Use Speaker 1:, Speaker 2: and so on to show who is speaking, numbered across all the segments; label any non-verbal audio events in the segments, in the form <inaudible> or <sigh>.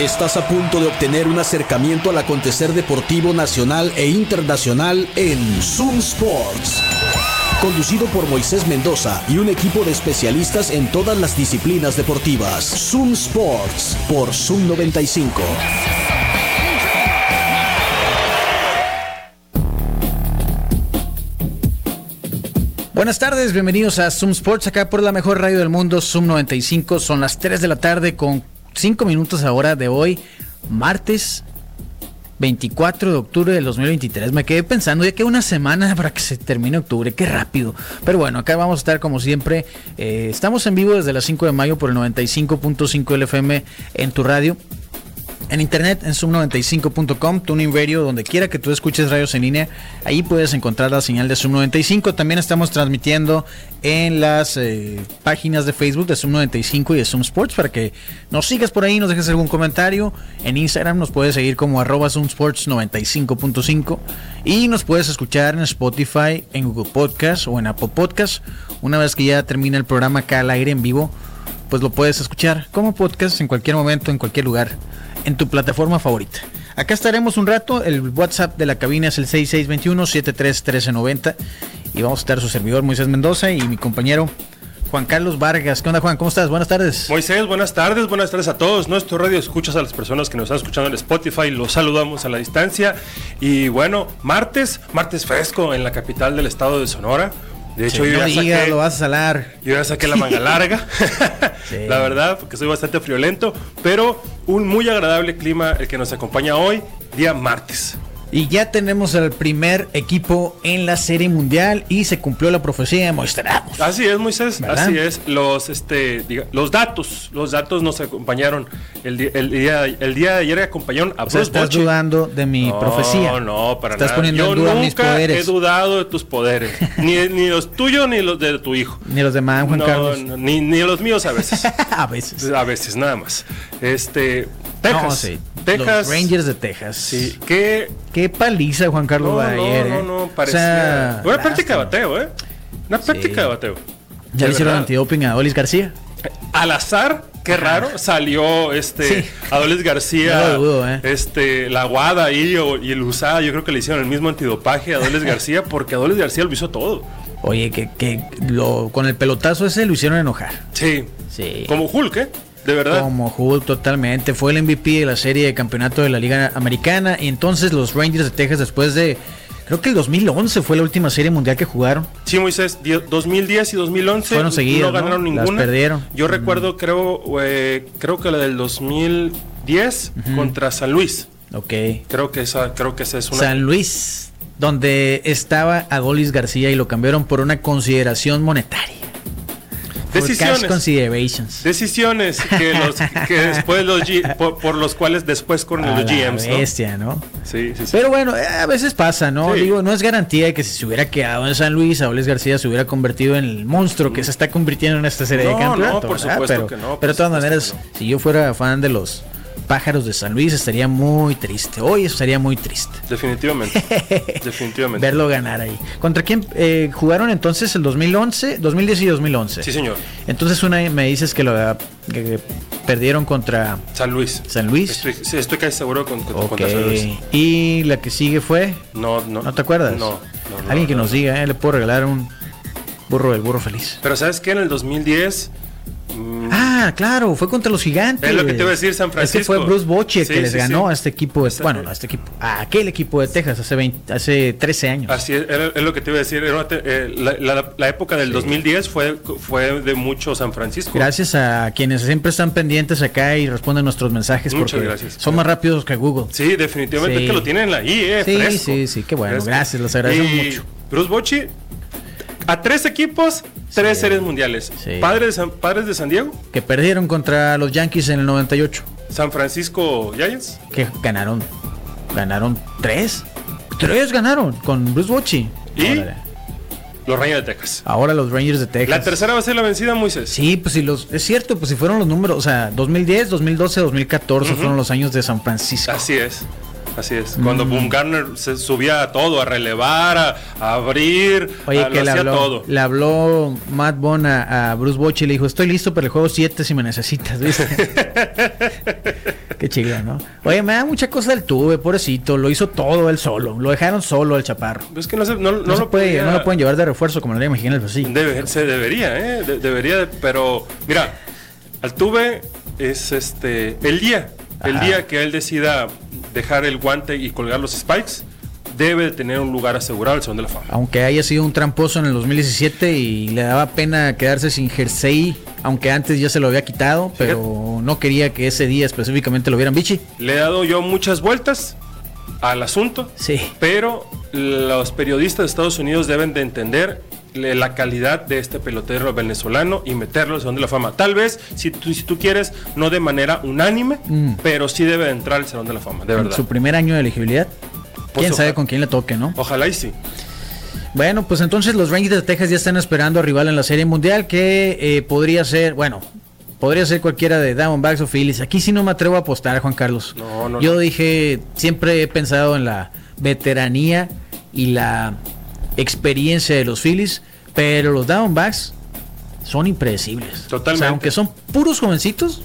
Speaker 1: Estás a punto de obtener un acercamiento al acontecer deportivo nacional e internacional en Zoom Sports. Conducido por Moisés Mendoza y un equipo de especialistas en todas las disciplinas deportivas. Zoom Sports por Zoom 95.
Speaker 2: Buenas tardes, bienvenidos a Zoom Sports, acá por la mejor radio del mundo, Zoom 95. Son las 3 de la tarde con 5 minutos ahora de hoy, martes 24 de octubre del 2023. Me quedé pensando, ya que una semana <laughs> para que se termine octubre, qué rápido. Pero bueno, acá vamos a estar como siempre. Eh, estamos en vivo desde las 5 de mayo por el 95.5 LFM en tu radio. En internet, en zoom95.com, tuning radio, donde quiera que tú escuches radios en línea, ahí puedes encontrar la señal de Zoom95. También estamos transmitiendo en las eh, páginas de Facebook de Zoom95 y de Zoom Sports para que nos sigas por ahí, nos dejes algún comentario. En Instagram nos puedes seguir como arroba zoomsports95.5 y nos puedes escuchar en Spotify, en Google Podcast o en Apple Podcast. Una vez que ya termina el programa acá al aire en vivo, pues lo puedes escuchar como podcast en cualquier momento, en cualquier lugar en tu plataforma favorita. Acá estaremos un rato. El WhatsApp de la cabina es el 6621-731390. Y vamos a estar su servidor Moisés Mendoza y mi compañero Juan Carlos Vargas. ¿Qué onda, Juan? ¿Cómo estás? Buenas tardes.
Speaker 3: Moisés, buenas tardes. Buenas tardes a todos. Nuestro radio escuchas a las personas que nos están escuchando en Spotify. Los saludamos a la distancia. Y bueno, martes, martes fresco en la capital del estado de Sonora. De hecho,
Speaker 2: Sí,
Speaker 3: yo,
Speaker 2: no
Speaker 3: ya
Speaker 2: digas,
Speaker 3: saqué,
Speaker 2: lo vas a salar.
Speaker 3: yo ya saqué la
Speaker 2: <laughs>
Speaker 3: manga larga, <laughs>
Speaker 2: Sí.
Speaker 3: la verdad, porque soy bastante friolento, pero un muy agradable clima el que nos acompaña hoy, día martes.
Speaker 2: Y ya tenemos al primer equipo en la Serie Mundial y se cumplió la profecía de Mostramos.
Speaker 3: Así es, Moisés,
Speaker 2: ¿Verdad?
Speaker 3: así es. Los, este, diga- los datos, los datos nos acompañaron el, di- el día, el día de ayer acompañaron a
Speaker 2: O sea,
Speaker 3: Bruce
Speaker 2: estás
Speaker 3: Bochy.
Speaker 2: dudando de mi
Speaker 3: no,
Speaker 2: profecía.
Speaker 3: No, no, para
Speaker 2: Estás
Speaker 3: nada.
Speaker 2: poniendo
Speaker 3: Yo
Speaker 2: en duda
Speaker 3: nunca
Speaker 2: mis poderes.
Speaker 3: he dudado de tus poderes, <laughs> ni, ni los tuyos ni los de tu hijo.
Speaker 2: Ni los demás, Juan
Speaker 3: No,
Speaker 2: Carlos.
Speaker 3: no, ni, ni los míos a veces. <laughs>
Speaker 2: <laughs> a veces.
Speaker 3: A veces, nada más. Este, Texas.
Speaker 2: No, sí.
Speaker 3: Texas.
Speaker 2: Los Rangers de Texas.
Speaker 3: Sí, que.
Speaker 2: Qué paliza Juan Carlos
Speaker 3: No, no,
Speaker 2: ayer.
Speaker 3: no,
Speaker 2: ¿eh?
Speaker 3: no,
Speaker 2: O
Speaker 3: parecía.
Speaker 2: sea,
Speaker 3: Una práctica de
Speaker 2: lástima.
Speaker 3: bateo, ¿eh? Una práctica de bateo.
Speaker 2: Ya
Speaker 3: De
Speaker 2: le hicieron
Speaker 3: verdad.
Speaker 2: antidoping a Olis García.
Speaker 3: Al azar, qué raro, salió este
Speaker 2: Sí.
Speaker 3: Adoles García,
Speaker 2: No lo dudo, ¿eh?
Speaker 3: este, la Guada ahí o- y el USADA, yo creo que le hicieron el mismo antidopaje
Speaker 2: <laughs>
Speaker 3: a Adoles García, porque Adoles García lo hizo todo.
Speaker 2: Oye, que, que lo, con el pelotazo ese lo hicieron enojar.
Speaker 3: Sí.
Speaker 2: Sí.
Speaker 3: Como Hulk, ¿eh? De verdad.
Speaker 2: Como Hulk, totalmente. Fue el MVP de la serie de campeonato de la Liga Americana. Y entonces los Rangers de Texas, después de. Creo que el 2011 fue la última serie mundial que jugaron.
Speaker 3: Sí, Moisés, die- 2010 y 2011
Speaker 2: Fueron seguidas,
Speaker 3: no ganaron
Speaker 2: ¿no? Las
Speaker 3: ninguna.
Speaker 2: perdieron.
Speaker 3: Yo recuerdo, creo, eh, creo que la del 2010 contra San Luis.
Speaker 2: Ok.
Speaker 3: Creo que esa, creo que esa es una.
Speaker 2: San Luis, donde estaba Adolis García y lo cambiaron por una consideración monetaria. For
Speaker 3: Decisiones.
Speaker 2: Cash considerations.
Speaker 3: Decisiones que, los,
Speaker 2: <laughs>
Speaker 3: que después los G- por, por los cuales después con
Speaker 2: A
Speaker 3: los
Speaker 2: la
Speaker 3: GMs, ¿no?
Speaker 2: bestia, ¿no?
Speaker 3: Sí, sí, sí.
Speaker 2: Pero bueno, eh, a veces pasa, ¿no?
Speaker 3: Sí.
Speaker 2: Digo, no es garantía de que si se hubiera quedado en San Luis, Aules García se hubiera convertido en el monstruo que se está convirtiendo en esta serie
Speaker 3: Mm. No,
Speaker 2: de
Speaker 3: no,
Speaker 2: campeonato.
Speaker 3: por
Speaker 2: ¿verdad?
Speaker 3: supuesto
Speaker 2: pero,
Speaker 3: que no, por
Speaker 2: Pero de todas
Speaker 3: supuesto
Speaker 2: maneras,
Speaker 3: que
Speaker 2: si yo fuera fan de los pájaros de San Luis, estaría muy triste. Hoy estaría muy triste. <laughs>
Speaker 3: Definitivamente. Definitivamente.
Speaker 2: Verlo ganar ahí. ¿Contra quién eh, jugaron entonces el 2011, 2010 y 2011?
Speaker 3: Sí, señor.
Speaker 2: Entonces una me dices que lo eh, que perdieron contra
Speaker 3: San Luis.
Speaker 2: San Luis.
Speaker 3: Estoy, sí, estoy casi seguro con, con-
Speaker 2: Ok.
Speaker 3: contra San Luis.
Speaker 2: Y la que sigue fue
Speaker 3: No, no.
Speaker 2: ¿No te acuerdas?
Speaker 3: No. no, no,
Speaker 2: Alguien que
Speaker 3: no.
Speaker 2: nos diga, ¿eh? le puedo regalar un burro del burro feliz.
Speaker 3: Pero ¿sabes qué? En el 2010. mm,
Speaker 2: Ah, claro, fue contra los gigantes.
Speaker 3: Es lo que te iba a decir, San
Speaker 2: Es que fue
Speaker 3: Francisco.
Speaker 2: Bruce Bochy el
Speaker 3: Sí,
Speaker 2: que les
Speaker 3: sí,
Speaker 2: ganó
Speaker 3: sí.
Speaker 2: a este equipo, de-
Speaker 3: Esa-
Speaker 2: bueno, no, a este equipo, a aquel equipo de Texas hace 20 hace 13 años.
Speaker 3: Así es, era- es lo que te iba a decir. era una te- eh, la, la- la época del 2010 fue, fue de mucho San Francisco.
Speaker 2: Gracias a quienes siempre están pendientes acá y responden nuestros mensajes
Speaker 3: Muchas
Speaker 2: porque
Speaker 3: gracias.
Speaker 2: son más rápidos que Google.
Speaker 3: Sí, definitivamente
Speaker 2: Sí.
Speaker 3: es que lo tienen ahí, eh,
Speaker 2: Sí,
Speaker 3: fresco.
Speaker 2: sí, sí, qué bueno, gracias, los agradezco
Speaker 3: Y
Speaker 2: mucho.
Speaker 3: Bruce Bochy, a tres equipos, tres
Speaker 2: Sí.
Speaker 3: series mundiales.
Speaker 2: Sí.
Speaker 3: Padres, de San, padres de San Diego,
Speaker 2: Que perdieron contra los Yankees en el 98,
Speaker 3: San Francisco Giants.
Speaker 2: que ganaron ganaron 3. 3 ganaron con Bruce Bochy.
Speaker 3: Y-
Speaker 2: Órale.
Speaker 3: Los Reyes de Texas.
Speaker 2: Ahora los Rangers de Texas.
Speaker 3: La tercera va a ser la vencida, Moisés.
Speaker 2: Sí, pues si los es cierto, pues si fueron los números, o sea, 2010, 2012, 2014 fueron los años de San Francisco.
Speaker 3: Así es. Así es.
Speaker 2: Mm.
Speaker 3: Cuando Boom Garner se subía a todo, a relevar, a, a abrir,
Speaker 2: Oye,
Speaker 3: a,
Speaker 2: que
Speaker 3: Ah, lo
Speaker 2: le
Speaker 3: hacía
Speaker 2: habló,
Speaker 3: todo.
Speaker 2: le habló Matt Bon
Speaker 3: <laughs>
Speaker 2: a, a Bruce Bochy y le dijo, estoy listo para el juego 7 si me necesitas, ¿viste? Qué chido, ¿no? Oye, me da mucha cosa el tube, pobrecito. Lo hizo todo él solo. Lo dejaron solo al chaparro.
Speaker 3: Es que no, se, no, no
Speaker 2: No, se
Speaker 3: lo
Speaker 2: puede-
Speaker 3: podía-
Speaker 2: no lo pues pueden llevar de refuerzo como la Liga Mexicana del Pacífico.
Speaker 3: Debe- se debería, ¿eh? De- debería, de- pero mira, Altuve es este el día, el
Speaker 2: Ajá.
Speaker 3: día que él decida dejar el guante y colgar los spikes, debe de tener un lugar asegurado en el Salón de la Fama.
Speaker 2: Aunque haya sido un tramposo en el 2017 y le daba pena quedarse sin jersey, aunque antes ya se lo había quitado, pero no quería que ese día específicamente lo vieran bichi.
Speaker 3: Le he dado yo muchas vueltas al asunto,
Speaker 2: Sí.
Speaker 3: pero los periodistas de Estados Unidos deben de entender le- la calidad de este pelotero venezolano y meterlo al Salón de la Fama. Tal vez, si tú, si tú quieres, no de manera unánime,
Speaker 2: Mm.
Speaker 3: pero sí debe de entrar al Salón de la Fama, de
Speaker 2: En
Speaker 3: verdad.
Speaker 2: su primer año de elegibilidad.
Speaker 3: Pues
Speaker 2: Quién sabe
Speaker 3: ojalá.
Speaker 2: con quién le toque, ¿no?
Speaker 3: Ojalá y sí.
Speaker 2: Bueno, pues entonces los Rangers de Texas ya están esperando a rival en la Serie Mundial, que eh, podría ser, bueno, podría ser cualquiera de Diamondbacks o Phillies. Aquí sí no me atrevo a apostar, Juan Carlos.
Speaker 3: No, no,
Speaker 2: Yo
Speaker 3: no.
Speaker 2: dije, siempre he pensado en la veteranía y la experiencia de los Phillies, pero los Diamondbacks son impredecibles.
Speaker 3: Totalmente.
Speaker 2: O sea, aunque son puros jovencitos,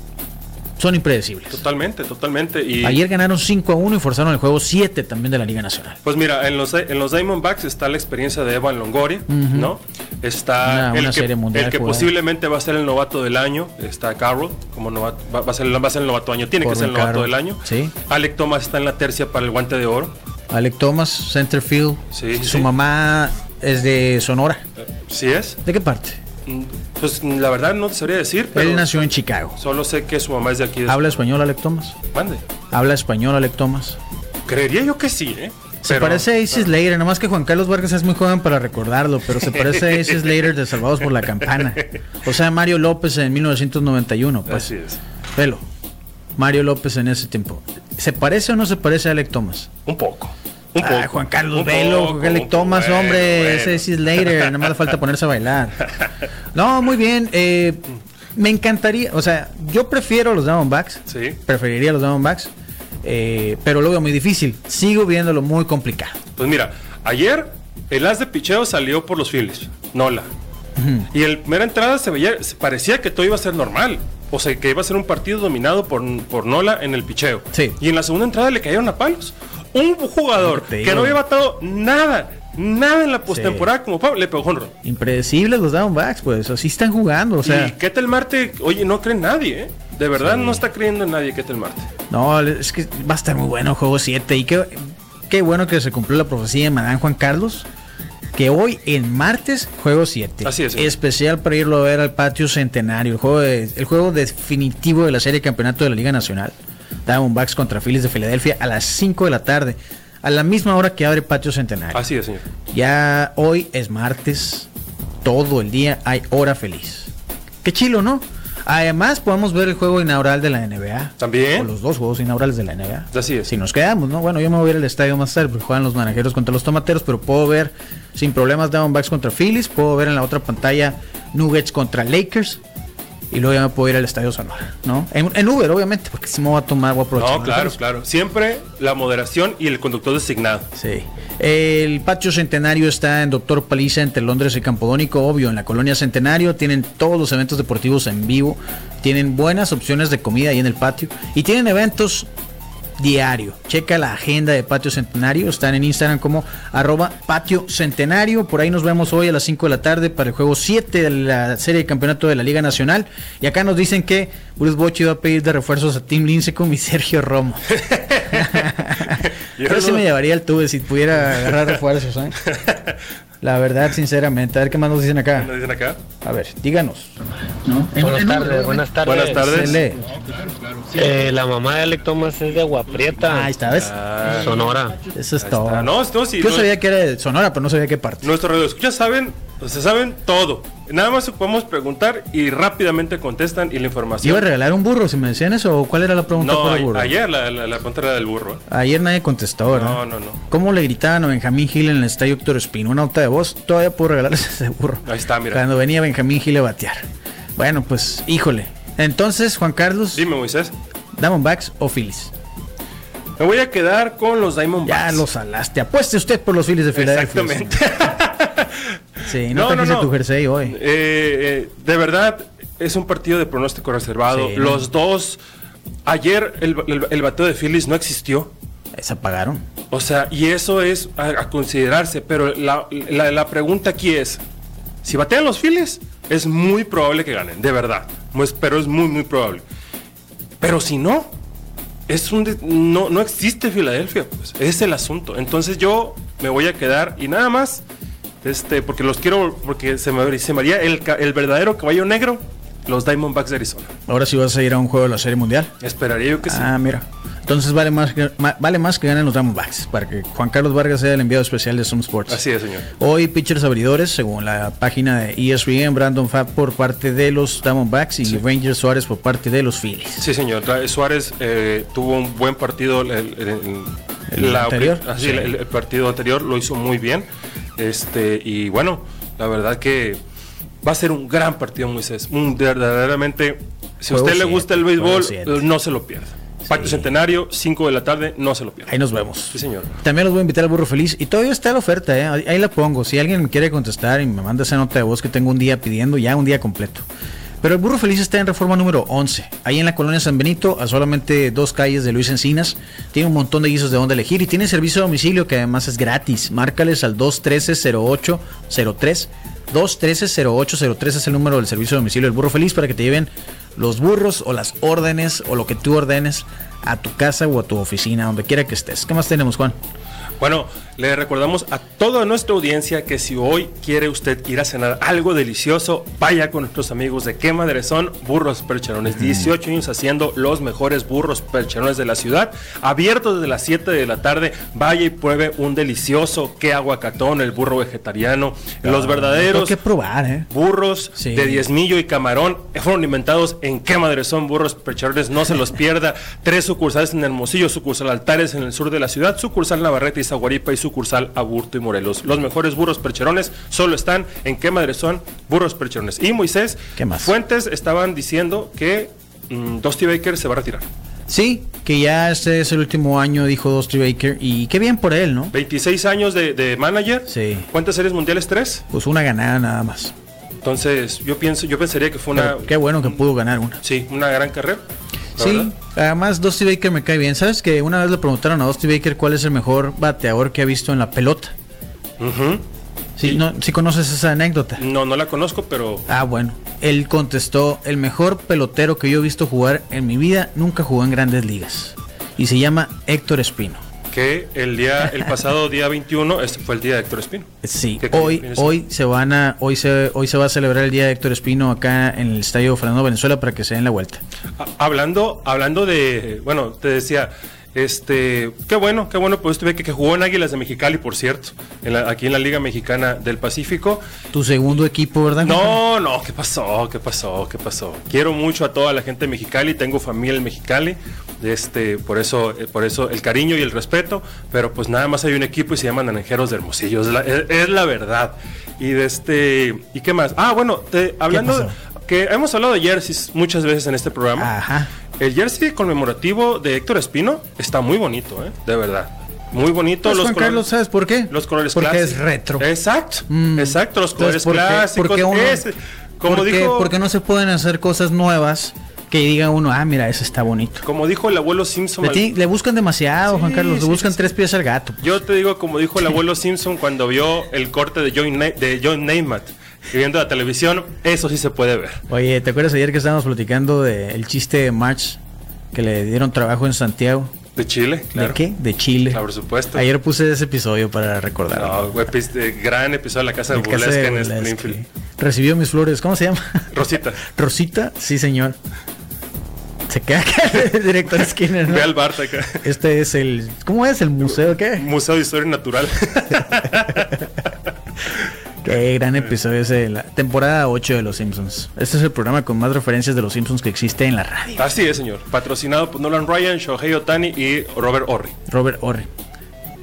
Speaker 2: son impredecibles.
Speaker 3: Totalmente, totalmente. Y
Speaker 2: Ayer ganaron 5 a 1 y forzaron el juego 7 también de la Liga Nacional.
Speaker 3: Pues mira, en los, en los Diamondbacks está la experiencia de Evan Longoria, ¿no? Está
Speaker 2: Una-
Speaker 3: el
Speaker 2: una
Speaker 3: que,
Speaker 2: serie mundial
Speaker 3: el que
Speaker 2: jugada.
Speaker 3: posiblemente va a ser el novato del año, está Carroll, como novato, va, va a ser, va a ser el novato año, tiene que
Speaker 2: Corbin
Speaker 3: ser el novato
Speaker 2: Carroll,
Speaker 3: del año.
Speaker 2: sí.
Speaker 3: Alec Thomas está en la tercia para el guante de oro.
Speaker 2: Alec Thomas, Centerfield.
Speaker 3: Sí, sí,
Speaker 2: Su
Speaker 3: sí.
Speaker 2: mamá es de Sonora.
Speaker 3: Sí es.
Speaker 2: ¿De qué parte?
Speaker 3: Mm, Pues mm, la verdad no te sabría decir, pero
Speaker 2: Él nació en Chicago.
Speaker 3: solo sé que su mamá es de aquí. De
Speaker 2: ¿Habla español Alec Thomas?
Speaker 3: Mande.
Speaker 2: Habla español Alec Thomas.
Speaker 3: Creería yo que sí, ¿eh?
Speaker 2: Se
Speaker 3: Pero-
Speaker 2: parece a Isis Later, nomás que Juan Carlos Vargas es muy joven para recordarlo, pero se parece a Isis Later de Salvados por la Campana. O sea, Mario López en 1991. Pues,
Speaker 3: Así es.
Speaker 2: Velo. Mario López en ese tiempo. ¿Se parece o no se parece a Alec Thomas?
Speaker 3: Un poco. Un
Speaker 2: Ah,
Speaker 3: poco.
Speaker 2: Juan Carlos
Speaker 3: Un
Speaker 2: Velo,
Speaker 3: poco,
Speaker 2: Alec
Speaker 3: un poco.
Speaker 2: Thomas,
Speaker 3: Bueno,
Speaker 2: hombre,
Speaker 3: bueno.
Speaker 2: ese es Later, nada más le falta ponerse a bailar. No, muy bien, eh, me encantaría, o sea, yo prefiero a los Diamondbacks,
Speaker 3: Sí.
Speaker 2: preferiría a los Diamondbacks, eh, pero lo veo muy difícil, sigo viéndolo muy complicado.
Speaker 3: Pues mira, ayer el as de picheo salió por los Phillies, Nola. Y en la primera entrada se veía, se parecía que todo iba a ser normal. O sea, que iba a ser un partido dominado por, por Nola en el picheo.
Speaker 2: Sí.
Speaker 3: Y en la segunda entrada le cayeron a palos. Un jugador
Speaker 2: Lo que te
Speaker 3: que
Speaker 2: digo.
Speaker 3: no había batado nada, nada en la postemporada como Pablo, le pegó honro.
Speaker 2: Impredecibles los Diamondbacks, pues así están jugando, o sea,
Speaker 3: y Ketel Marte, oye, no cree en nadie, ¿eh? De verdad no está creyendo en nadie Ketel Marte.
Speaker 2: no, es que va a estar muy bueno el juego 7 y qué, qué bueno que se cumplió la profecía de Madame Juan Carlos. Que hoy en martes, juego 7.
Speaker 3: Así es, sí.
Speaker 2: Especial para irlo a ver al patio centenario. El juego, de- el juego definitivo de la serie de campeonato de la Liga Nacional. Diamondbacks contra Phillies de Filadelfia a las 5 de la tarde. A la misma hora que abre patio centenario.
Speaker 3: Así es, señor.
Speaker 2: Ya hoy es martes. Todo el día hay hora feliz. Qué chilo, ¿no? Además, podemos ver el juego inaugural de la NBA.
Speaker 3: También.
Speaker 2: O los dos juegos inaugurales de la NBA.
Speaker 3: Así es.
Speaker 2: Si nos quedamos, ¿no? Bueno, yo me voy a ir al estadio más tarde porque juegan los manajeros contra los tomateros, pero puedo ver sin problemas Diamondbacks contra Phillies. Puedo ver en la otra pantalla Nuggets contra Lakers. Y luego ya me puedo ir al estadio Sonora, ¿no? En, en Uber, obviamente, porque si me voy a tomar, voy a aprovechar.
Speaker 3: No, claro, claro. Siempre la moderación y el conductor designado.
Speaker 2: Sí. El patio centenario está en Doctor Paliza entre Londres y Campodónico, obvio, en la colonia Centenario. Tienen todos los eventos deportivos en vivo. Tienen buenas opciones de comida ahí en el patio. Y tienen eventos diario. Checa la agenda de Patio Centenario. Están en Instagram como arroba Patio Centenario. Por ahí nos vemos hoy a las 5 de la tarde para el juego 7 de la serie de campeonato de la Liga Nacional. Y acá nos dicen que Bruce Bochi va a pedir de refuerzos a Tim Lincecum y Sergio Romo. <laughs>
Speaker 3: Yo
Speaker 2: Yo sí
Speaker 3: no-
Speaker 2: me llevaría el tube si pudiera agarrar refuerzos. ¿eh? La verdad, sinceramente. A ver qué más nos dicen acá.
Speaker 3: ¿Nos dicen acá?
Speaker 2: A ver, díganos.
Speaker 4: Buenas tardes, buenas tardes.
Speaker 3: Buenas tardes.
Speaker 2: Se lee.
Speaker 4: Eh, la mamá de Alec Thomas es de Aguaprieta,
Speaker 2: Ah, Ahí está, ¿ves?
Speaker 4: Sonora.
Speaker 2: Eso es todo.
Speaker 3: Ah, no, no, sí,
Speaker 2: Yo
Speaker 3: no-
Speaker 2: sabía que era de Sonora, pero no sabía qué parte.
Speaker 3: Nuestros radioescuchas saben, o sea, saben todo. Nada más podemos preguntar y rápidamente contestan y la
Speaker 2: ¿Iba a
Speaker 3: información.
Speaker 2: regalar un burro si me decían eso? ¿O cuál era la pregunta
Speaker 3: No,
Speaker 2: por el
Speaker 3: a-
Speaker 2: burro?
Speaker 3: ayer la, la, la pregunta era del burro. ¿eh?
Speaker 2: Ayer nadie contestó, ¿verdad?
Speaker 3: No, no, no.
Speaker 2: ¿Cómo le gritaban a Benjamín Gil en el estadio Héctor Espino? Una nota de voz, todavía puedo regalarles <laughs> ese burro.
Speaker 3: Ahí está, mira.
Speaker 2: Cuando venía Benjamín Gil a batear. Bueno, pues, híjole. Entonces, Juan Carlos,
Speaker 3: Dime, Moisés.
Speaker 2: Diamondbacks o Phillies.
Speaker 3: Me voy a quedar con los
Speaker 2: Ya
Speaker 3: Diamondbacks.
Speaker 2: los salaste. Apueste usted por los Phillies de Filadelfia. <laughs>
Speaker 3: Exactamente. <laughs>
Speaker 2: Sí, no, trajiste tu jersey hoy.
Speaker 3: Eh, eh, de verdad, es un partido de pronóstico reservado.
Speaker 2: Sí.
Speaker 3: Los dos Ayer el, el- el bateo de Phillies no existió.
Speaker 2: Se apagaron.
Speaker 3: O sea, y eso es a, a considerarse. Pero la, la- la pregunta aquí es: si batean los Phillies, es muy probable que ganen, de verdad. Pues, pero es muy, muy probable. Pero si no, es un de- no, no existe Filadelfia, pues, es el asunto. Entonces yo me voy a quedar y nada más, este, porque los quiero, porque se me, se me haría el, ca- el verdadero caballo negro, los Diamondbacks de Arizona.
Speaker 2: Ahora sí vas a ir a un juego de la Serie Mundial.
Speaker 3: Esperaría yo que sí.
Speaker 2: Ah, mira. Entonces vale más, que, ma- vale más que ganen los Diamondbacks para que Juan Carlos Vargas sea el enviado especial de Zoom Sports.
Speaker 3: Así es, señor.
Speaker 2: Hoy pitchers abridores, según la página de E ESPN, Brandon Fab por parte de los Diamondbacks y Ranger Suárez por parte de los Phillies.
Speaker 3: Sí, señor. Tra- Suárez eh, tuvo un buen partido. El, el- el-
Speaker 2: ¿El anterior?
Speaker 3: así,
Speaker 2: Sí.
Speaker 3: el- el partido anterior lo hizo muy bien. Este, y bueno, la verdad que va a ser un gran partido, Moisés. Un, de- verdaderamente, si a
Speaker 2: Juego
Speaker 3: usted le
Speaker 2: siete,
Speaker 3: gusta el
Speaker 2: juego
Speaker 3: béisbol,
Speaker 2: siete.
Speaker 3: no se lo pierda. Pacto Centenario, 5 de la tarde, no se lo pierda.
Speaker 2: Ahí nos vemos.
Speaker 3: Sí, señor.
Speaker 2: También los voy a invitar al Burro Feliz. Y todavía está la oferta, ¿eh? Ahí- ahí la pongo. Si alguien me quiere contestar y me manda esa nota de voz que tengo un día pidiendo, ya un día completo. Pero el Burro Feliz está en reforma número 11, ahí en la colonia San Benito, a solamente dos calles de Luis Encinas. Tiene un montón de guisos de dónde elegir y tiene servicio a domicilio que además es gratis. Márcales al 213-0803. 213-0803 es el número del servicio de domicilio del Burro Feliz para que te lleven los burros o las órdenes o lo que tú ordenes a tu casa o a tu oficina, donde quiera que estés. ¿Qué más tenemos, Juan?
Speaker 3: Bueno, le recordamos a toda nuestra audiencia que si hoy quiere usted ir a cenar algo delicioso, vaya con nuestros amigos de Qué Madre Son Burros Percherones. 18 años haciendo los mejores burros percherones de la ciudad. Abiertos desde las 7 de la tarde. Vaya y pruebe un delicioso que aguacatón, el burro vegetariano, los
Speaker 2: Tengo
Speaker 3: verdaderos.
Speaker 2: que probar, ¿eh?
Speaker 3: Burros
Speaker 2: Sí.
Speaker 3: de diezmillo y camarón eh, fueron inventados en qué madre son burros percherones, no se
Speaker 2: <laughs>
Speaker 3: los pierda. Tres sucursales en Hermosillo, sucursal Altares en el sur de la ciudad, sucursal Navarrete y Zaguaripa y sucursal Aburto y Morelos. Los mejores burros percherones solo están en qué madre son burros percherones. Y Moisés,
Speaker 2: ¿Qué más?
Speaker 3: Fuentes estaban diciendo que mm, Dusty Baker se va a retirar.
Speaker 2: Sí, que ya este es el último año, dijo Dusty Baker. Y qué bien por él, ¿no?
Speaker 3: 26 años de, de manager.
Speaker 2: Sí.
Speaker 3: ¿Cuántas series mundiales? Tres.
Speaker 2: Pues una ganada nada más.
Speaker 3: Entonces, yo pienso, yo pensaría que fue una,
Speaker 2: Pero qué bueno que pudo ganar una.
Speaker 3: sí, una gran carrera. la
Speaker 2: Sí,
Speaker 3: verdad.
Speaker 2: además Dusty Baker me cae bien. ¿Sabes que una vez le preguntaron a Dusty Baker cuál es el mejor bateador que ha visto en la pelota?
Speaker 3: Ujú.
Speaker 2: Si
Speaker 3: Sí.
Speaker 2: no, si conoces esa anécdota.
Speaker 3: No, no la conozco, pero
Speaker 2: Ah, bueno. Él contestó, el mejor pelotero que yo he visto jugar en mi vida nunca jugó en grandes ligas. Y se llama Héctor Espino.
Speaker 3: que el día, el pasado día 21, este fue el día de Héctor Espino.
Speaker 2: Sí,
Speaker 3: ¿Qué
Speaker 2: hoy,
Speaker 3: crees?
Speaker 2: hoy se van a, hoy se, hoy se va a celebrar el día de Héctor Espino acá en el Estadio Fernando Venezuela para que se den la vuelta.
Speaker 3: Ah, Hablando, hablando de, bueno, te decía, este, qué bueno, qué bueno, pues tuve que, que jugó en Águilas de Mexicali, por cierto, en la- aquí en la Liga Mexicana del Pacífico.
Speaker 2: Tu segundo equipo, ¿verdad? compadre?
Speaker 3: No, no, ¿qué pasó? ¿Qué pasó? ¿Qué pasó? Quiero mucho a toda la gente de Mexicali, tengo familia en Mexicali, este, por eso, eh, por eso el cariño y el respeto, pero pues nada más hay un equipo y se llaman Naranjeros de Hermosillo, es la, es- es la verdad. Y de este, ¿y qué más? Ah, bueno, te- hablando que hemos hablado de jerseys muchas veces en este programa.
Speaker 2: Ajá.
Speaker 3: El jersey conmemorativo de Héctor Espino está muy bonito, ¿eh? De verdad. Muy bonito.
Speaker 2: Pues,
Speaker 3: los
Speaker 2: Juan
Speaker 3: colores-
Speaker 2: Carlos, ¿sabes por qué?
Speaker 3: los colores
Speaker 2: Porque
Speaker 3: clásicos. Eh,
Speaker 2: es retro.
Speaker 3: Exacto,
Speaker 2: Mm.
Speaker 3: exacto, los colores
Speaker 2: Entonces, ¿por qué-
Speaker 3: clásicos.
Speaker 2: por qué uno-
Speaker 3: ese, como
Speaker 2: porque,
Speaker 3: dijo,
Speaker 2: porque no se pueden hacer cosas nuevas que diga uno, ah, mira, ese está bonito.
Speaker 3: como dijo el abuelo Simpson.
Speaker 2: Le, ti- le buscan demasiado, Juan
Speaker 3: Sí,
Speaker 2: Carlos, le
Speaker 3: sí,
Speaker 2: buscan
Speaker 3: sí,
Speaker 2: tres pies al gato.
Speaker 3: Yo te digo, como dijo el abuelo Simpson cuando vio el corte de John, Ne- de John Neymar y viendo la televisión, eso sí se puede ver.
Speaker 2: Oye, ¿te acuerdas ayer que estábamos platicando del chiste de March que le dieron trabajo en Santiago?
Speaker 3: De Chile, claro.
Speaker 2: ¿De qué? De Chile.
Speaker 3: Claro, por supuesto.
Speaker 2: Ayer puse ese episodio para recordarlo.
Speaker 3: No, güey, pues, eh, gran episodio de la casa de
Speaker 2: El caso de
Speaker 3: Burlesque en
Speaker 2: Burlesque.
Speaker 3: Springfield.
Speaker 2: Recibió mis flores, ¿cómo se llama? <laughs>
Speaker 3: Rosita,
Speaker 2: Rosita, sí señor. Se queda acá el <laughs> director Skinner, ¿no?
Speaker 3: ve al bar de acá.
Speaker 2: Este es el, ¿cómo es? ¿El museo qué?
Speaker 3: <laughs> Museo de
Speaker 2: <laughs>
Speaker 3: Historia Natural.
Speaker 2: Qué gran episodio ese de la temporada 8 de Los Simpsons. Este es el programa con más referencias de Los Simpsons que existe en la radio.
Speaker 3: Así es, señor. Patrocinado por Nolan Ryan, Shohei Otani y Robert Orri.
Speaker 2: Robert Orre.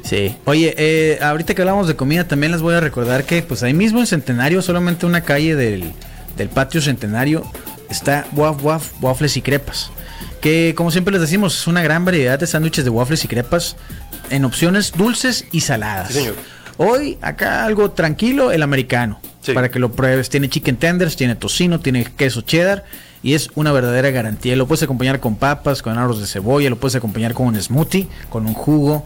Speaker 2: Sí. Oye, eh, ahorita que hablamos de comida, también les voy a recordar que pues ahí mismo en Centenario, solamente una calle del, del patio Centenario, está Waf Waf, Waffles y Crepas. Que como siempre les decimos, es una gran variedad de sándwiches de waffles y crepas en opciones dulces y saladas.
Speaker 3: Sí, señor.
Speaker 2: Hoy acá algo tranquilo, el americano.
Speaker 3: Sí.
Speaker 2: Para que lo pruebes. Tiene chicken tenders, tiene tocino, tiene queso cheddar. y es una verdadera garantía. Lo puedes acompañar con papas, con aros de cebolla, lo puedes acompañar con un smoothie, con un jugo,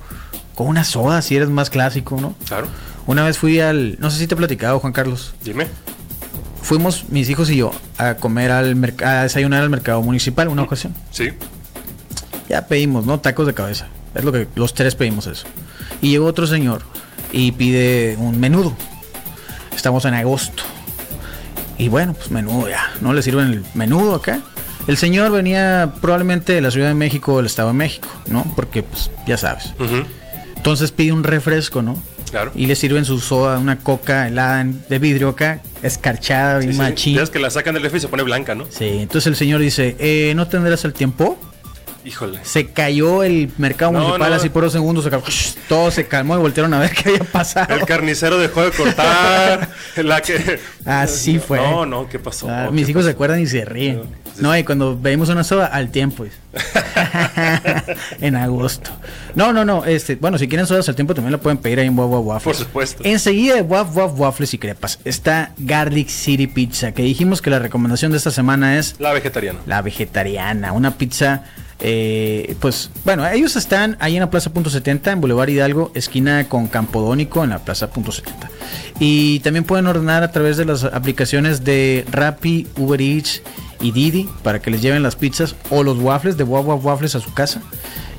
Speaker 2: con una soda, si eres más clásico, ¿no?
Speaker 3: Claro.
Speaker 2: Una vez fui al, no sé si te he platicado, Juan Carlos,
Speaker 3: Dime.
Speaker 2: fuimos mis hijos y yo a comer al merc- a desayunar al mercado municipal una ocasión.
Speaker 3: Sí.
Speaker 2: Ya pedimos, ¿no? Tacos de cabeza. Es lo que los tres pedimos eso. Y llegó otro señor y pide un menudo. Estamos en agosto. Y bueno, pues menudo ya. No le sirven el menudo acá. El señor venía probablemente de la Ciudad de México o del Estado de México, ¿no? Porque pues ya sabes.
Speaker 3: Ujú.
Speaker 2: Entonces pide un refresco, ¿no?
Speaker 3: Claro.
Speaker 2: Y le sirven su soda, una coca helada en- de vidrio acá, escarchada,
Speaker 3: Sí,
Speaker 2: bien
Speaker 3: sí, sí.
Speaker 2: machín.
Speaker 3: Ya es que la sacan del refri y se pone blanca, ¿no?
Speaker 2: Sí, entonces el señor dice, eh, ¿no tendrás el tiempo?
Speaker 3: Híjole.
Speaker 2: Se cayó el mercado
Speaker 3: No,
Speaker 2: municipal
Speaker 3: no.
Speaker 2: así por dos segundos, se calmó, todo se calmó y voltearon a ver <laughs> qué había pasado.
Speaker 3: El carnicero dejó de
Speaker 2: <laughs>
Speaker 3: cortar. la que...
Speaker 2: Así fue.
Speaker 3: No, no, ¿qué pasó?
Speaker 2: Ah,
Speaker 3: ¿Qué
Speaker 2: mis hijos se
Speaker 3: pasó?
Speaker 2: acuerdan y se ríen.
Speaker 3: Sí.
Speaker 2: No, y cuando bebimos una soda, al tiempo.
Speaker 3: <laughs>
Speaker 2: dice. <laughs> en agosto. No, no, no. Este, bueno, si quieren sodas al tiempo también la pueden pedir ahí en Waf Waf Waffles.
Speaker 3: Por supuesto.
Speaker 2: Enseguida de Waf Waf Waffles y Crepas está Garlic City Pizza, que dijimos que la recomendación de esta semana es
Speaker 3: La vegetariana.
Speaker 2: la vegetariana, una pizza, eh, pues bueno, ellos están ahí en la Plaza Punto 70, en Boulevard Hidalgo, esquina con Campodónico, en la Plaza Punto 70. Y también pueden ordenar a través de las aplicaciones de Rappi, Uber Eats y Didi para que les lleven las pizzas o los waffles de Wawa Waffles a su casa.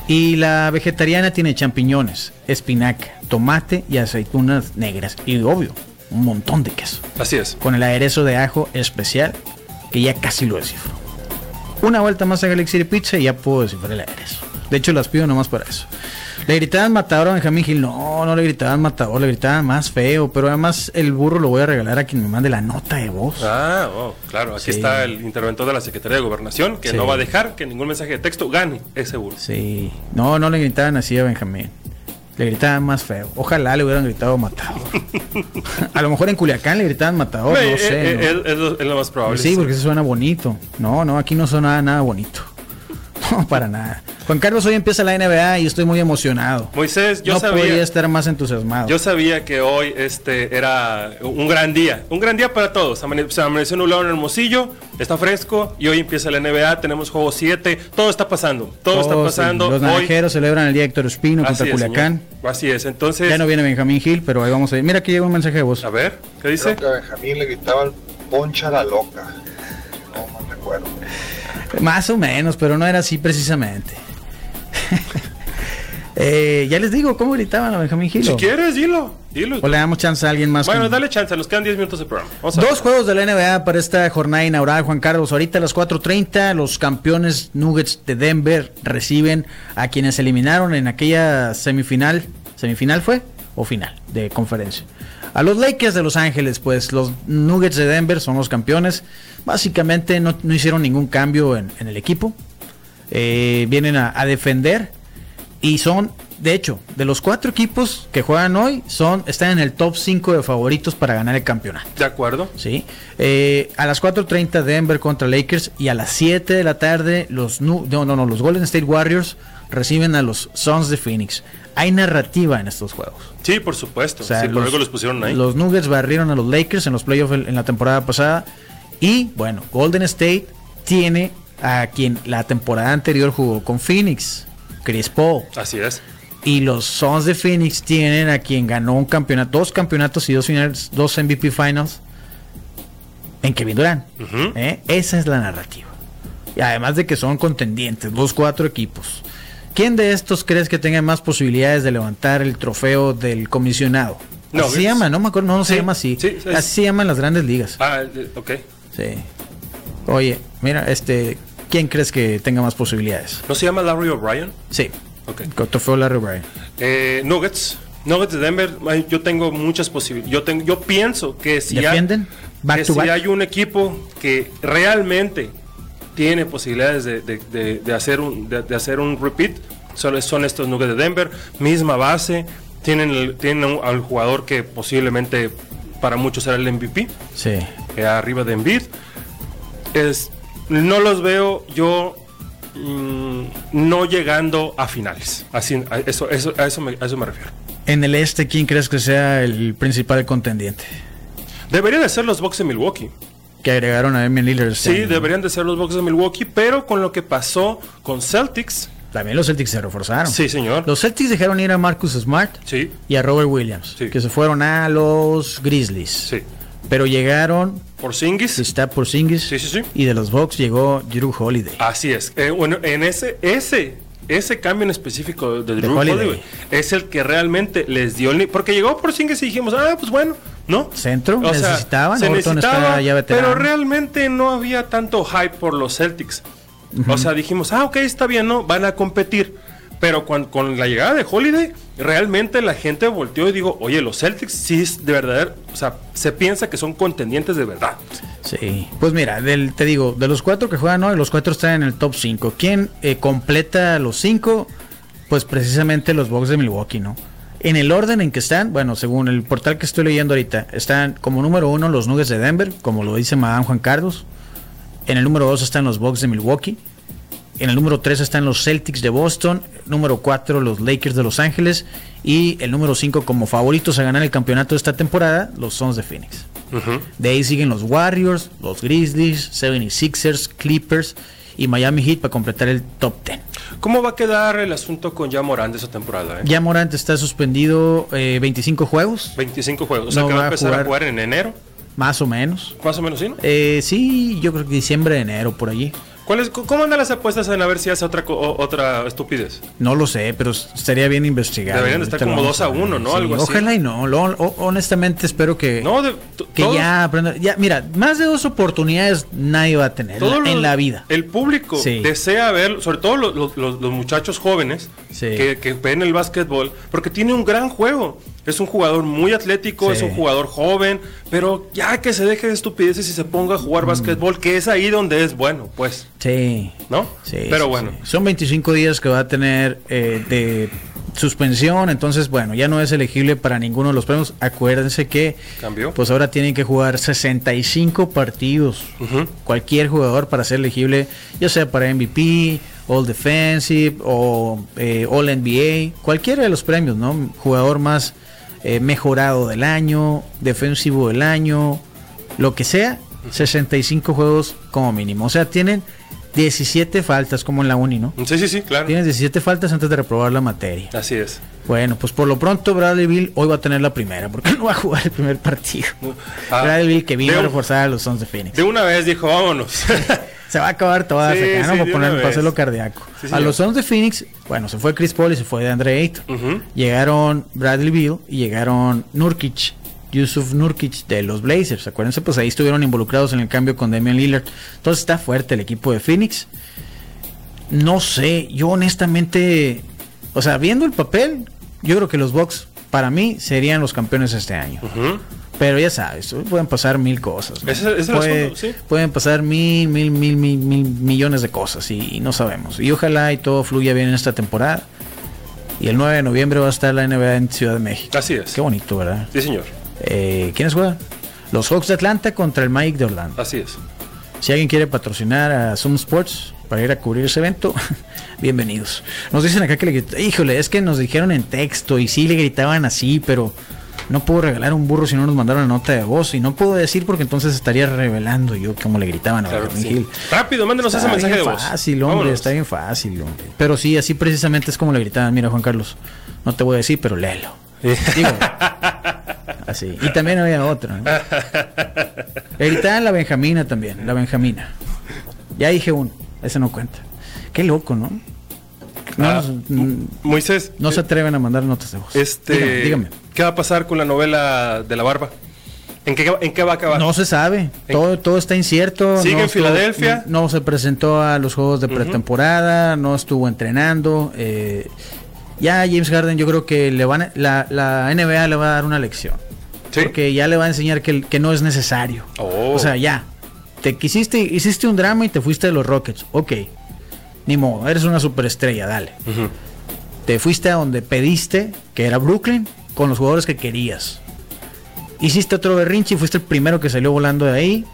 Speaker 2: Y la vegetariana tiene champiñones, espinaca, tomate y aceitunas negras. Y obvio, un montón de queso
Speaker 3: Así es.
Speaker 2: con el aderezo de ajo especial, que ya casi lo descifro. Una vuelta más a Galaxy Pizza y ya puedo descifrar el aderezo. De hecho, las pido nomás para eso. Le gritaban matador a Benjamín Gil. No, no le gritaban matador, le gritaban más feo. Pero además, el burro lo voy a regalar a quien me mande la nota de voz.
Speaker 3: Ah, oh, claro. Aquí
Speaker 2: Sí.
Speaker 3: está el interventor de la Secretaría de Gobernación que
Speaker 2: Sí.
Speaker 3: no va a dejar que ningún mensaje de texto gane ese burro.
Speaker 2: Sí. No, no le gritaban así a Benjamín. Le gritaban más feo. Ojalá le hubieran gritado matador. <laughs> a lo mejor en Culiacán le gritaban matador.
Speaker 3: Eh,
Speaker 2: Oh, no
Speaker 3: eh,
Speaker 2: sé.
Speaker 3: eh,
Speaker 2: ¿no?
Speaker 3: es, es lo, es lo más probable.
Speaker 2: Sí, porque eso suena bonito. No, no, aquí no suena nada bonito. <laughs> No, para nada. Juan Carlos, hoy empieza la NBA y estoy muy emocionado.
Speaker 3: Moisés, yo
Speaker 2: no
Speaker 3: sabía-
Speaker 2: podría estar más entusiasmado.
Speaker 3: Yo sabía que hoy este era un gran día, un gran día para todos. Amane- Se amaneció nublado en Hermosillo, está fresco y hoy empieza la NBA, tenemos juego 7, todo está pasando, todo está
Speaker 2: Todos, eh,
Speaker 3: pasando.
Speaker 2: Oh, Los
Speaker 3: hoy,
Speaker 2: naranjeros celebran el día de Héctor Espino contra
Speaker 3: Así es,
Speaker 2: Culiacán.
Speaker 3: señor. Así es, entonces,
Speaker 2: Ya no viene Benjamín Gil, pero ahí vamos a ir. Mira, aquí llega un mensaje de voz.
Speaker 3: a ver, ¿qué dice?
Speaker 5: Creo que a Benjamín le gritaban Poncha la loca. No me recuerdo.
Speaker 2: Más o menos, pero no era así precisamente. <laughs> Eh, ya les digo, ¿cómo gritaban a Benjamín Gil?
Speaker 3: Si
Speaker 2: ¿O-
Speaker 3: quieres, dilo, dilo.
Speaker 2: ¿O le damos chance a alguien más?
Speaker 3: Bueno,
Speaker 2: con-
Speaker 3: dale chance, nos quedan 10 minutos de programa. Vamos a ver.
Speaker 2: Dos juegos de la NBA para esta jornada inaugural, Juan Carlos. Ahorita a las 4.30 los campeones Nuggets de Denver reciben a quienes eliminaron en aquella semifinal. ¿Semifinal fue? ¿O final de conferencia? A los Lakers de Los Ángeles, pues los Nuggets de Denver son los campeones. Básicamente no, no hicieron ningún cambio en, en el equipo. Eh, vienen a- a defender. Y son, de hecho, de los cuatro equipos que juegan hoy, son, están en el top 5 de favoritos para ganar el campeonato.
Speaker 3: De acuerdo.
Speaker 2: ¿sí? Eh, a las 4.30 Denver contra Lakers y a las 7 de la tarde los, Nu- no, no, no, los Golden State Warriors reciben a los Suns de Phoenix. Hay narrativa en estos juegos.
Speaker 3: Sí, por supuesto.
Speaker 2: O sea,
Speaker 3: sí, por algo los pusieron ahí.
Speaker 2: los Nuggets barrieron a los Lakers en los playoffs en en la temporada pasada. Y bueno, Golden State tiene a quien la temporada anterior jugó con Phoenix, Chris Paul.
Speaker 3: Así es.
Speaker 2: Y los Suns de Phoenix tienen a quien ganó un campeonato, dos campeonatos y dos finales, dos MVP Finals en Kevin Durant.
Speaker 3: Ujú.
Speaker 2: ¿eh? Esa es la narrativa. Y además de que son contendientes, los cuatro equipos. ¿Quién de estos crees que tenga más posibilidades de levantar el trofeo del comisionado?
Speaker 3: No,
Speaker 2: así se
Speaker 3: es-
Speaker 2: llama, no me acuerdo, no, no se
Speaker 3: Sí,
Speaker 2: llama así.
Speaker 3: sí, es-
Speaker 2: Así se llaman las grandes ligas.
Speaker 3: Ah, eh, ok.
Speaker 2: Sí. Oye, mira, este, ¿quién crees que tenga más posibilidades?
Speaker 3: ¿No se llama Larry O'Brien?
Speaker 2: Sí.
Speaker 3: Ok.
Speaker 2: El trofeo Larry O'Brien.
Speaker 3: Eh, Nuggets. Nuggets de Denver, ay, yo tengo muchas posibilidades. Yo, tengo, yo pienso que si, hay,
Speaker 2: ¿Defienden? Back
Speaker 3: que
Speaker 2: to
Speaker 3: si
Speaker 2: back.
Speaker 3: hay un equipo que realmente tiene posibilidades de, de- de- de hacer, un, de, de hacer un repeat, son, son estos Nuggets de Denver. Misma base, tienen, el- tienen un- al jugador que posiblemente para muchos será el MVP,
Speaker 2: Sí.
Speaker 3: eh, arriba de Embiid. Es, no los veo yo mm, no llegando a finales. Así, a eso, eso, a, eso me, a eso me refiero.
Speaker 2: En el este, ¿quién crees que sea el principal contendiente?
Speaker 3: Deberían de ser los Bucks de Milwaukee.
Speaker 2: que agregaron a este Emily Lillers.
Speaker 3: Sí,
Speaker 2: en-
Speaker 3: deberían de ser los Bucks de Milwaukee, pero con lo que pasó con Celtics,
Speaker 2: También los Celtics se reforzaron.
Speaker 3: sí, señor.
Speaker 2: Los Celtics dejaron ir a Marcus Smart
Speaker 3: Sí,
Speaker 2: y a Robert Williams,
Speaker 3: Sí.
Speaker 2: que se fueron a los Grizzlies.
Speaker 3: sí.
Speaker 2: Pero llegaron,
Speaker 3: Por Singis,
Speaker 2: está por Singis,
Speaker 3: Sí, sí, sí.
Speaker 2: y de los Bucks llegó Drew Holiday.
Speaker 3: así es. Eh, bueno, en ese, ese, ese cambio en específico de, Drew
Speaker 2: Holiday.
Speaker 3: Holiday, güey, es el que realmente les dio el... ni- Porque llegó por Singis y dijimos, ah, pues bueno, ¿no?
Speaker 2: Centro, necesitaban,
Speaker 3: se
Speaker 2: Orton está
Speaker 3: necesitaba,
Speaker 2: ya veterano.
Speaker 3: pero realmente no había tanto hype por los Celtics. O sea, dijimos, ah, ok, está bien, ¿no? Van a competir. Pero cuan- con la llegada de Holiday, realmente la gente volteó y dijo, oye, los Celtics sí es de verdad, o sea, se piensa que son contendientes de verdad.
Speaker 2: Sí. Pues mira, del, te digo, de los cuatro que juegan hoy, los cuatro están en el top 5. ¿Quién eh, completa los cinco? Pues precisamente los Bucks de Milwaukee, ¿no? En el orden en que están, bueno, según el portal que estoy leyendo ahorita, están como número uno los Nuggets de Denver, como lo dice Madame Juan Carlos. En el número dos están los Bucks de Milwaukee. En el número 3 están los Celtics de Boston, número 4 los Lakers de Los Ángeles y el número 5 como favoritos a ganar el campeonato de esta temporada, los Suns de Phoenix. De ahí siguen los Warriors, los Grizzlies, 76ers, Clippers y Miami Heat para completar el top 10.
Speaker 3: ¿Cómo va a quedar el asunto con ya Morán de esa temporada? eh?
Speaker 2: Ya Morant está suspendido eh, 25 juegos,
Speaker 3: 25 juegos, o sea
Speaker 2: No
Speaker 3: que va
Speaker 2: va
Speaker 3: a
Speaker 2: a
Speaker 3: empezar a
Speaker 2: jugar.
Speaker 3: jugar en enero,
Speaker 2: más o menos.
Speaker 3: más o menos, ¿sí? no?
Speaker 2: Eh, sí, yo creo que diciembre, enero, por allí.
Speaker 3: ¿Cuál es- ¿Cómo andan las apuestas en a ver si hace otra, co- o- otra estupidez?
Speaker 2: No lo sé, pero estaría bien investigar.
Speaker 3: Deberían de
Speaker 2: Ahorita
Speaker 3: estar
Speaker 2: lo
Speaker 3: como
Speaker 2: vamos
Speaker 3: 2 a
Speaker 2: ver.
Speaker 3: 1, ¿no? Algo así.
Speaker 2: Ojalá y no. Lo- o- honestamente espero que...
Speaker 3: No, de- to-
Speaker 2: Que
Speaker 3: todos-
Speaker 2: ya aprenda. Ya, mira, más de dos oportunidades nadie va a tener
Speaker 3: Todos
Speaker 2: en
Speaker 3: los- Eh,
Speaker 2: la vida.
Speaker 3: El público
Speaker 2: Sí.
Speaker 3: desea ver, sobre todo los, los- los- los muchachos jóvenes
Speaker 2: Sí.
Speaker 3: que, que ven el básquetbol, porque tiene un gran juego. Es un jugador muy atlético, es
Speaker 2: Sí.
Speaker 3: un jugador joven, pero ya que se deje de estupideces y se ponga a
Speaker 2: Mm.
Speaker 3: jugar básquetbol, que es ahí donde es bueno, pues,
Speaker 2: Sí.
Speaker 3: ¿no?
Speaker 2: Sí,
Speaker 3: pero
Speaker 2: sí,
Speaker 3: bueno.
Speaker 2: sí. Son 25 días que va a tener eh, de suspensión, entonces bueno, ya no es elegible para ninguno de los premios. Acuérdense que
Speaker 3: Cambió.
Speaker 2: pues ahora tienen que jugar 65 partidos.
Speaker 3: Ujú.
Speaker 2: Cualquier jugador para ser elegible, ya sea para MVP, All Defensive o eh, All NBA, cualquiera de los premios, ¿no? Jugador más eh, mejorado del año, defensivo del año, lo que sea, 65 juegos como mínimo. O sea, tienen 17 faltas como en la uni, ¿no?
Speaker 3: Sí, sí, sí, claro.
Speaker 2: Tienes 17 faltas antes de reprobar la materia.
Speaker 3: Así es.
Speaker 2: Bueno, pues por lo pronto Bradley Bill hoy va a tener la primera, porque <laughs> no va a jugar el primer partido.
Speaker 3: Ah,
Speaker 2: Bradley Bill que vino
Speaker 3: de
Speaker 2: a
Speaker 3: un-
Speaker 2: reforzar a los Suns de Phoenix.
Speaker 3: De una vez
Speaker 2: <laughs>
Speaker 3: dijo, vámonos.
Speaker 2: Se va a acabar toda
Speaker 3: Sí,
Speaker 2: acá, ¿no?
Speaker 3: sí,
Speaker 2: Para
Speaker 3: de
Speaker 2: poner-
Speaker 3: una
Speaker 2: para hacerlo
Speaker 3: vez.
Speaker 2: cardíaco.
Speaker 3: Sí,
Speaker 2: a
Speaker 3: señor.
Speaker 2: los Suns de Phoenix, bueno, se fue Chris Paul y se fue de Andre Ayton.
Speaker 3: Ujú.
Speaker 2: Llegaron Bradley Beal y llegaron Nurkic, Yusuf Nurkic de los Blazers. Acuérdense, pues ahí estuvieron involucrados en el cambio con Damian Lillard. Entonces está fuerte el equipo de Phoenix. No sé, yo honestamente, o sea, viendo el papel, yo creo que los Bucks para mí serían los campeones este año.
Speaker 3: Ujú.
Speaker 2: Pero ya sabes, pueden pasar mil cosas. ¿no?
Speaker 3: Ese- ese es el asunto, sí.
Speaker 2: Pueden pasar mil, mil, mil, mil, mil millones de cosas y, y no sabemos. Y ojalá y todo fluya bien en esta temporada. Y el 9 de noviembre va a estar la NBA en Ciudad de México.
Speaker 3: Así es.
Speaker 2: Qué bonito, ¿verdad?
Speaker 3: Sí, señor.
Speaker 2: Eh, ¿Quiénes juegan? Los Hawks de Atlanta contra el Mike de Orlando.
Speaker 3: Así es.
Speaker 2: Si alguien quiere patrocinar a Zoom Sports para ir a cubrir ese evento, <laughs> bienvenidos. Nos dicen acá que le grit- híjole, es que nos dijeron en texto y sí le gritaban así, pero no puedo regalar un burro si no nos mandaron la nota de voz y no puedo decir porque entonces estaría revelando yo cómo le gritaban a
Speaker 3: Claro que
Speaker 2: Benjamín
Speaker 3: sí.
Speaker 2: Gil.
Speaker 3: Rápido, mándenos
Speaker 2: Está
Speaker 3: ese mensaje de
Speaker 2: bien
Speaker 3: voz.
Speaker 2: fácil, hombre,
Speaker 3: Vámonos.
Speaker 2: está bien fácil, hombre. Pero sí, así precisamente es como le gritaban. Mira, Juan Carlos, no te voy a decir, pero
Speaker 3: <laughs>
Speaker 2: léelo. Digo, así. Y también había otro. ¿no? Le gritaban la Benjamina también, la Benjamina. Ya dije uno, ese no cuenta. Qué loco, ¿no? No,
Speaker 3: Ah,
Speaker 2: nos-
Speaker 3: M- Moisés,
Speaker 2: no se atreven a mandar notas de voz.
Speaker 3: este,
Speaker 2: Dígame, dígame.
Speaker 3: ¿qué va a pasar con la novela de la barba? ¿En qué, en qué va a acabar?
Speaker 2: No se sabe,
Speaker 3: En-
Speaker 2: todo, todo está incierto.
Speaker 3: Sigue
Speaker 2: no
Speaker 3: en
Speaker 2: estuvo-
Speaker 3: Filadelfia.
Speaker 2: No, no se presentó a los juegos de pretemporada, no estuvo entrenando. eh, ya James Harden, yo creo que le van a- la, la NBA le va a dar una lección.
Speaker 3: ¿Sí?
Speaker 2: Porque ya le va a enseñar que, que no es necesario.
Speaker 3: Oh.
Speaker 2: O sea, ya. Te quisiste, hiciste un drama y te fuiste de los Rockets. Ok. Ni modo, eres una superestrella, dale.
Speaker 3: Ujú.
Speaker 2: Te fuiste a donde pediste, que era Brooklyn, con los jugadores que querías. Hiciste otro berrinche y fuiste el primero que salió volando de ahí.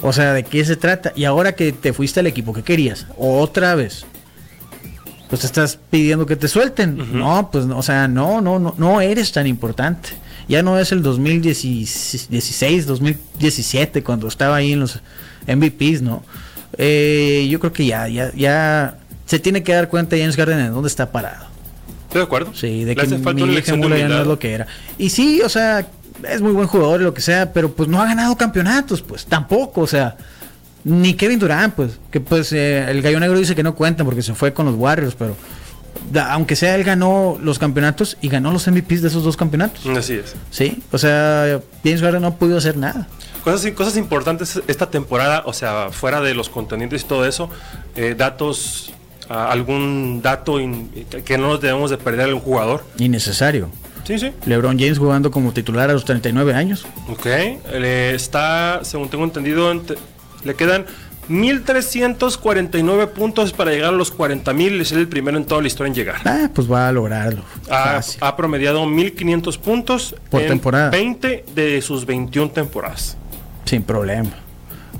Speaker 2: O sea, ¿de qué se trata? Y ahora que te fuiste al equipo que querías, otra vez, pues te estás pidiendo que te suelten. No, pues, no, o sea, no, no, no, no eres tan importante. Ya no es el 2016, 2017, cuando estaba ahí en los MVPs, ¿no? Eh, yo creo que ya, ya, ya se tiene que dar cuenta James Garden en dónde está parado.
Speaker 3: Estoy de acuerdo.
Speaker 2: Sí, de
Speaker 3: Le
Speaker 2: que
Speaker 3: hace falta una
Speaker 2: Miguel
Speaker 3: elección de
Speaker 2: Cambula ya no
Speaker 3: humildad.
Speaker 2: es lo que era. Y sí, o sea, es muy buen jugador y lo que sea, pero pues no ha ganado campeonatos, pues tampoco, o sea, ni Kevin Durant, pues, que pues eh, el Gallo Negro dice que no cuentan porque se fue con los Warriors, pero da- aunque sea él ganó los campeonatos y ganó los MVPs de esos dos campeonatos.
Speaker 3: Así es.
Speaker 2: Sí, o sea, James Harden no ha podido hacer nada.
Speaker 3: Cosas, cosas importantes esta temporada, o sea, fuera de los contendientes y todo eso, eh, datos, ah, algún dato in- que no nos debemos de perder algún jugador.
Speaker 2: Innecesario.
Speaker 3: Sí, sí.
Speaker 2: LeBron James jugando como titular a los 39 años.
Speaker 3: Ok. Le está, según tengo entendido, ent- le quedan 1.349 puntos para llegar a los 40.000. Es el primero en toda la historia en llegar.
Speaker 2: Ah, pues va a lograrlo.
Speaker 3: Ha,
Speaker 2: Fácil.
Speaker 3: ha promediado 1.500 puntos
Speaker 2: Por
Speaker 3: en
Speaker 2: temporada.
Speaker 3: 20 de sus 21 temporadas.
Speaker 2: Sin problema.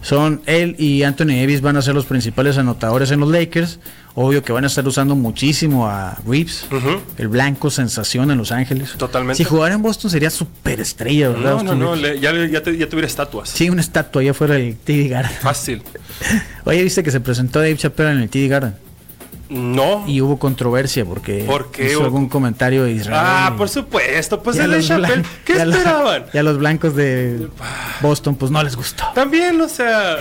Speaker 2: Son él y Anthony Davis van a ser los principales anotadores en los Lakers. Obvio que van a estar usando muchísimo a Reeves,
Speaker 3: Ujú.
Speaker 2: el blanco sensación en Los Ángeles.
Speaker 3: Totalmente.
Speaker 2: Si jugara en Boston sería súper estrella, ¿verdad?
Speaker 3: No, no,
Speaker 2: Austin
Speaker 3: no,
Speaker 2: Reeves?
Speaker 3: le- ya, ya, te- ya tuviera estatuas.
Speaker 2: Sí, una estatua allá afuera del TD Garden.
Speaker 3: Fácil.
Speaker 2: Oye, viste que se presentó Dave Chappelle en el TD Garden.
Speaker 3: No.
Speaker 2: Y hubo controversia porque
Speaker 3: ¿Por qué?
Speaker 2: hizo algún comentario de Israel.
Speaker 3: ah,
Speaker 2: y-
Speaker 3: por supuesto. Pues
Speaker 2: y a
Speaker 3: el de
Speaker 2: los
Speaker 3: Chappelle.
Speaker 2: blan-
Speaker 3: ¿Qué
Speaker 2: <laughs> y a los-
Speaker 3: esperaban? Ah.
Speaker 2: y a los blancos de Boston, pues no les gustó.
Speaker 3: También, o sea.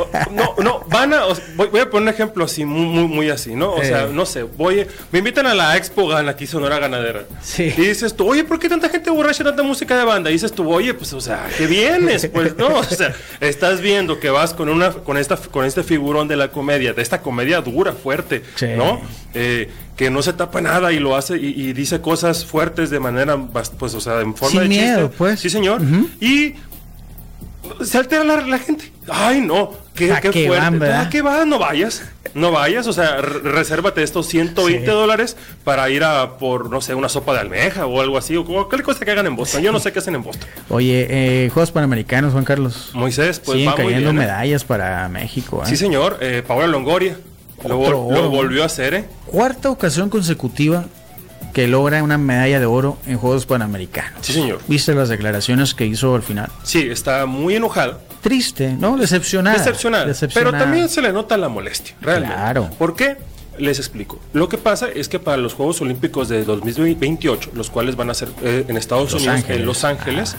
Speaker 3: o- No, no, van a. o sea, voy, voy a poner un ejemplo así, muy, muy, muy así, ¿no? O
Speaker 2: Eh.
Speaker 3: sea, no sé, voy. Me invitan a la Expo Gana, aquí Sonora Ganadera.
Speaker 2: Sí.
Speaker 3: Y dices tú, oye, ¿por qué tanta gente borracha, tanta música de banda? Y dices tú, oye, pues, o sea,
Speaker 2: <laughs>
Speaker 3: ¿qué vienes? Pues no, o sea, estás viendo que vas con una, con esta, con este figurón de la comedia, de esta comedia dura, fuerte,
Speaker 2: Sí.
Speaker 3: ¿no? Eh, que no se tapa nada y lo hace y, y dice cosas fuertes de manera, bas- pues, o sea, en forma
Speaker 2: Sin
Speaker 3: de
Speaker 2: miedo,
Speaker 3: chiste.
Speaker 2: pues.
Speaker 3: Sí, señor. Y se altera la, la gente. Ay, no, qué,
Speaker 2: ¿A
Speaker 3: qué
Speaker 2: Ah, qué
Speaker 3: fuerte.
Speaker 2: van, verdad?
Speaker 3: ¿A qué vas? No vayas. No vayas, o sea, re- resérvate estos 120
Speaker 2: Sí.
Speaker 3: dólares para ir a por, no sé, una sopa de almeja o algo así, o cualquier cosa que hagan en Boston. Yo no sé qué hacen en Boston.
Speaker 2: Oye, eh, Juegos Panamericanos, Juan Carlos.
Speaker 3: Moisés, pues
Speaker 2: Siguen
Speaker 3: va muy
Speaker 2: cayendo
Speaker 3: bien, ¿eh?
Speaker 2: medallas para México. ¿eh?
Speaker 3: Sí, señor, eh, Paola Longoria. Lo, vol-
Speaker 2: Otro oro.
Speaker 3: lo volvió a hacer, ¿eh?
Speaker 2: Cuarta ocasión consecutiva que logra una medalla de oro en Juegos Panamericanos.
Speaker 3: Sí, señor.
Speaker 2: ¿Viste las declaraciones que hizo al final?
Speaker 3: Sí, está muy enojado.
Speaker 2: Triste, ¿no? Decepcionada.
Speaker 3: Decepcionada.
Speaker 2: Decepcionada.
Speaker 3: Pero también se le nota la molestia, realmente.
Speaker 2: Claro.
Speaker 3: ¿Por qué? Les explico. Lo que pasa es que para los Juegos Olímpicos de 2028, los cuales van a ser eh, en Estados
Speaker 2: Los
Speaker 3: Unidos,
Speaker 2: Ángeles. Ah.
Speaker 3: en Los Ángeles,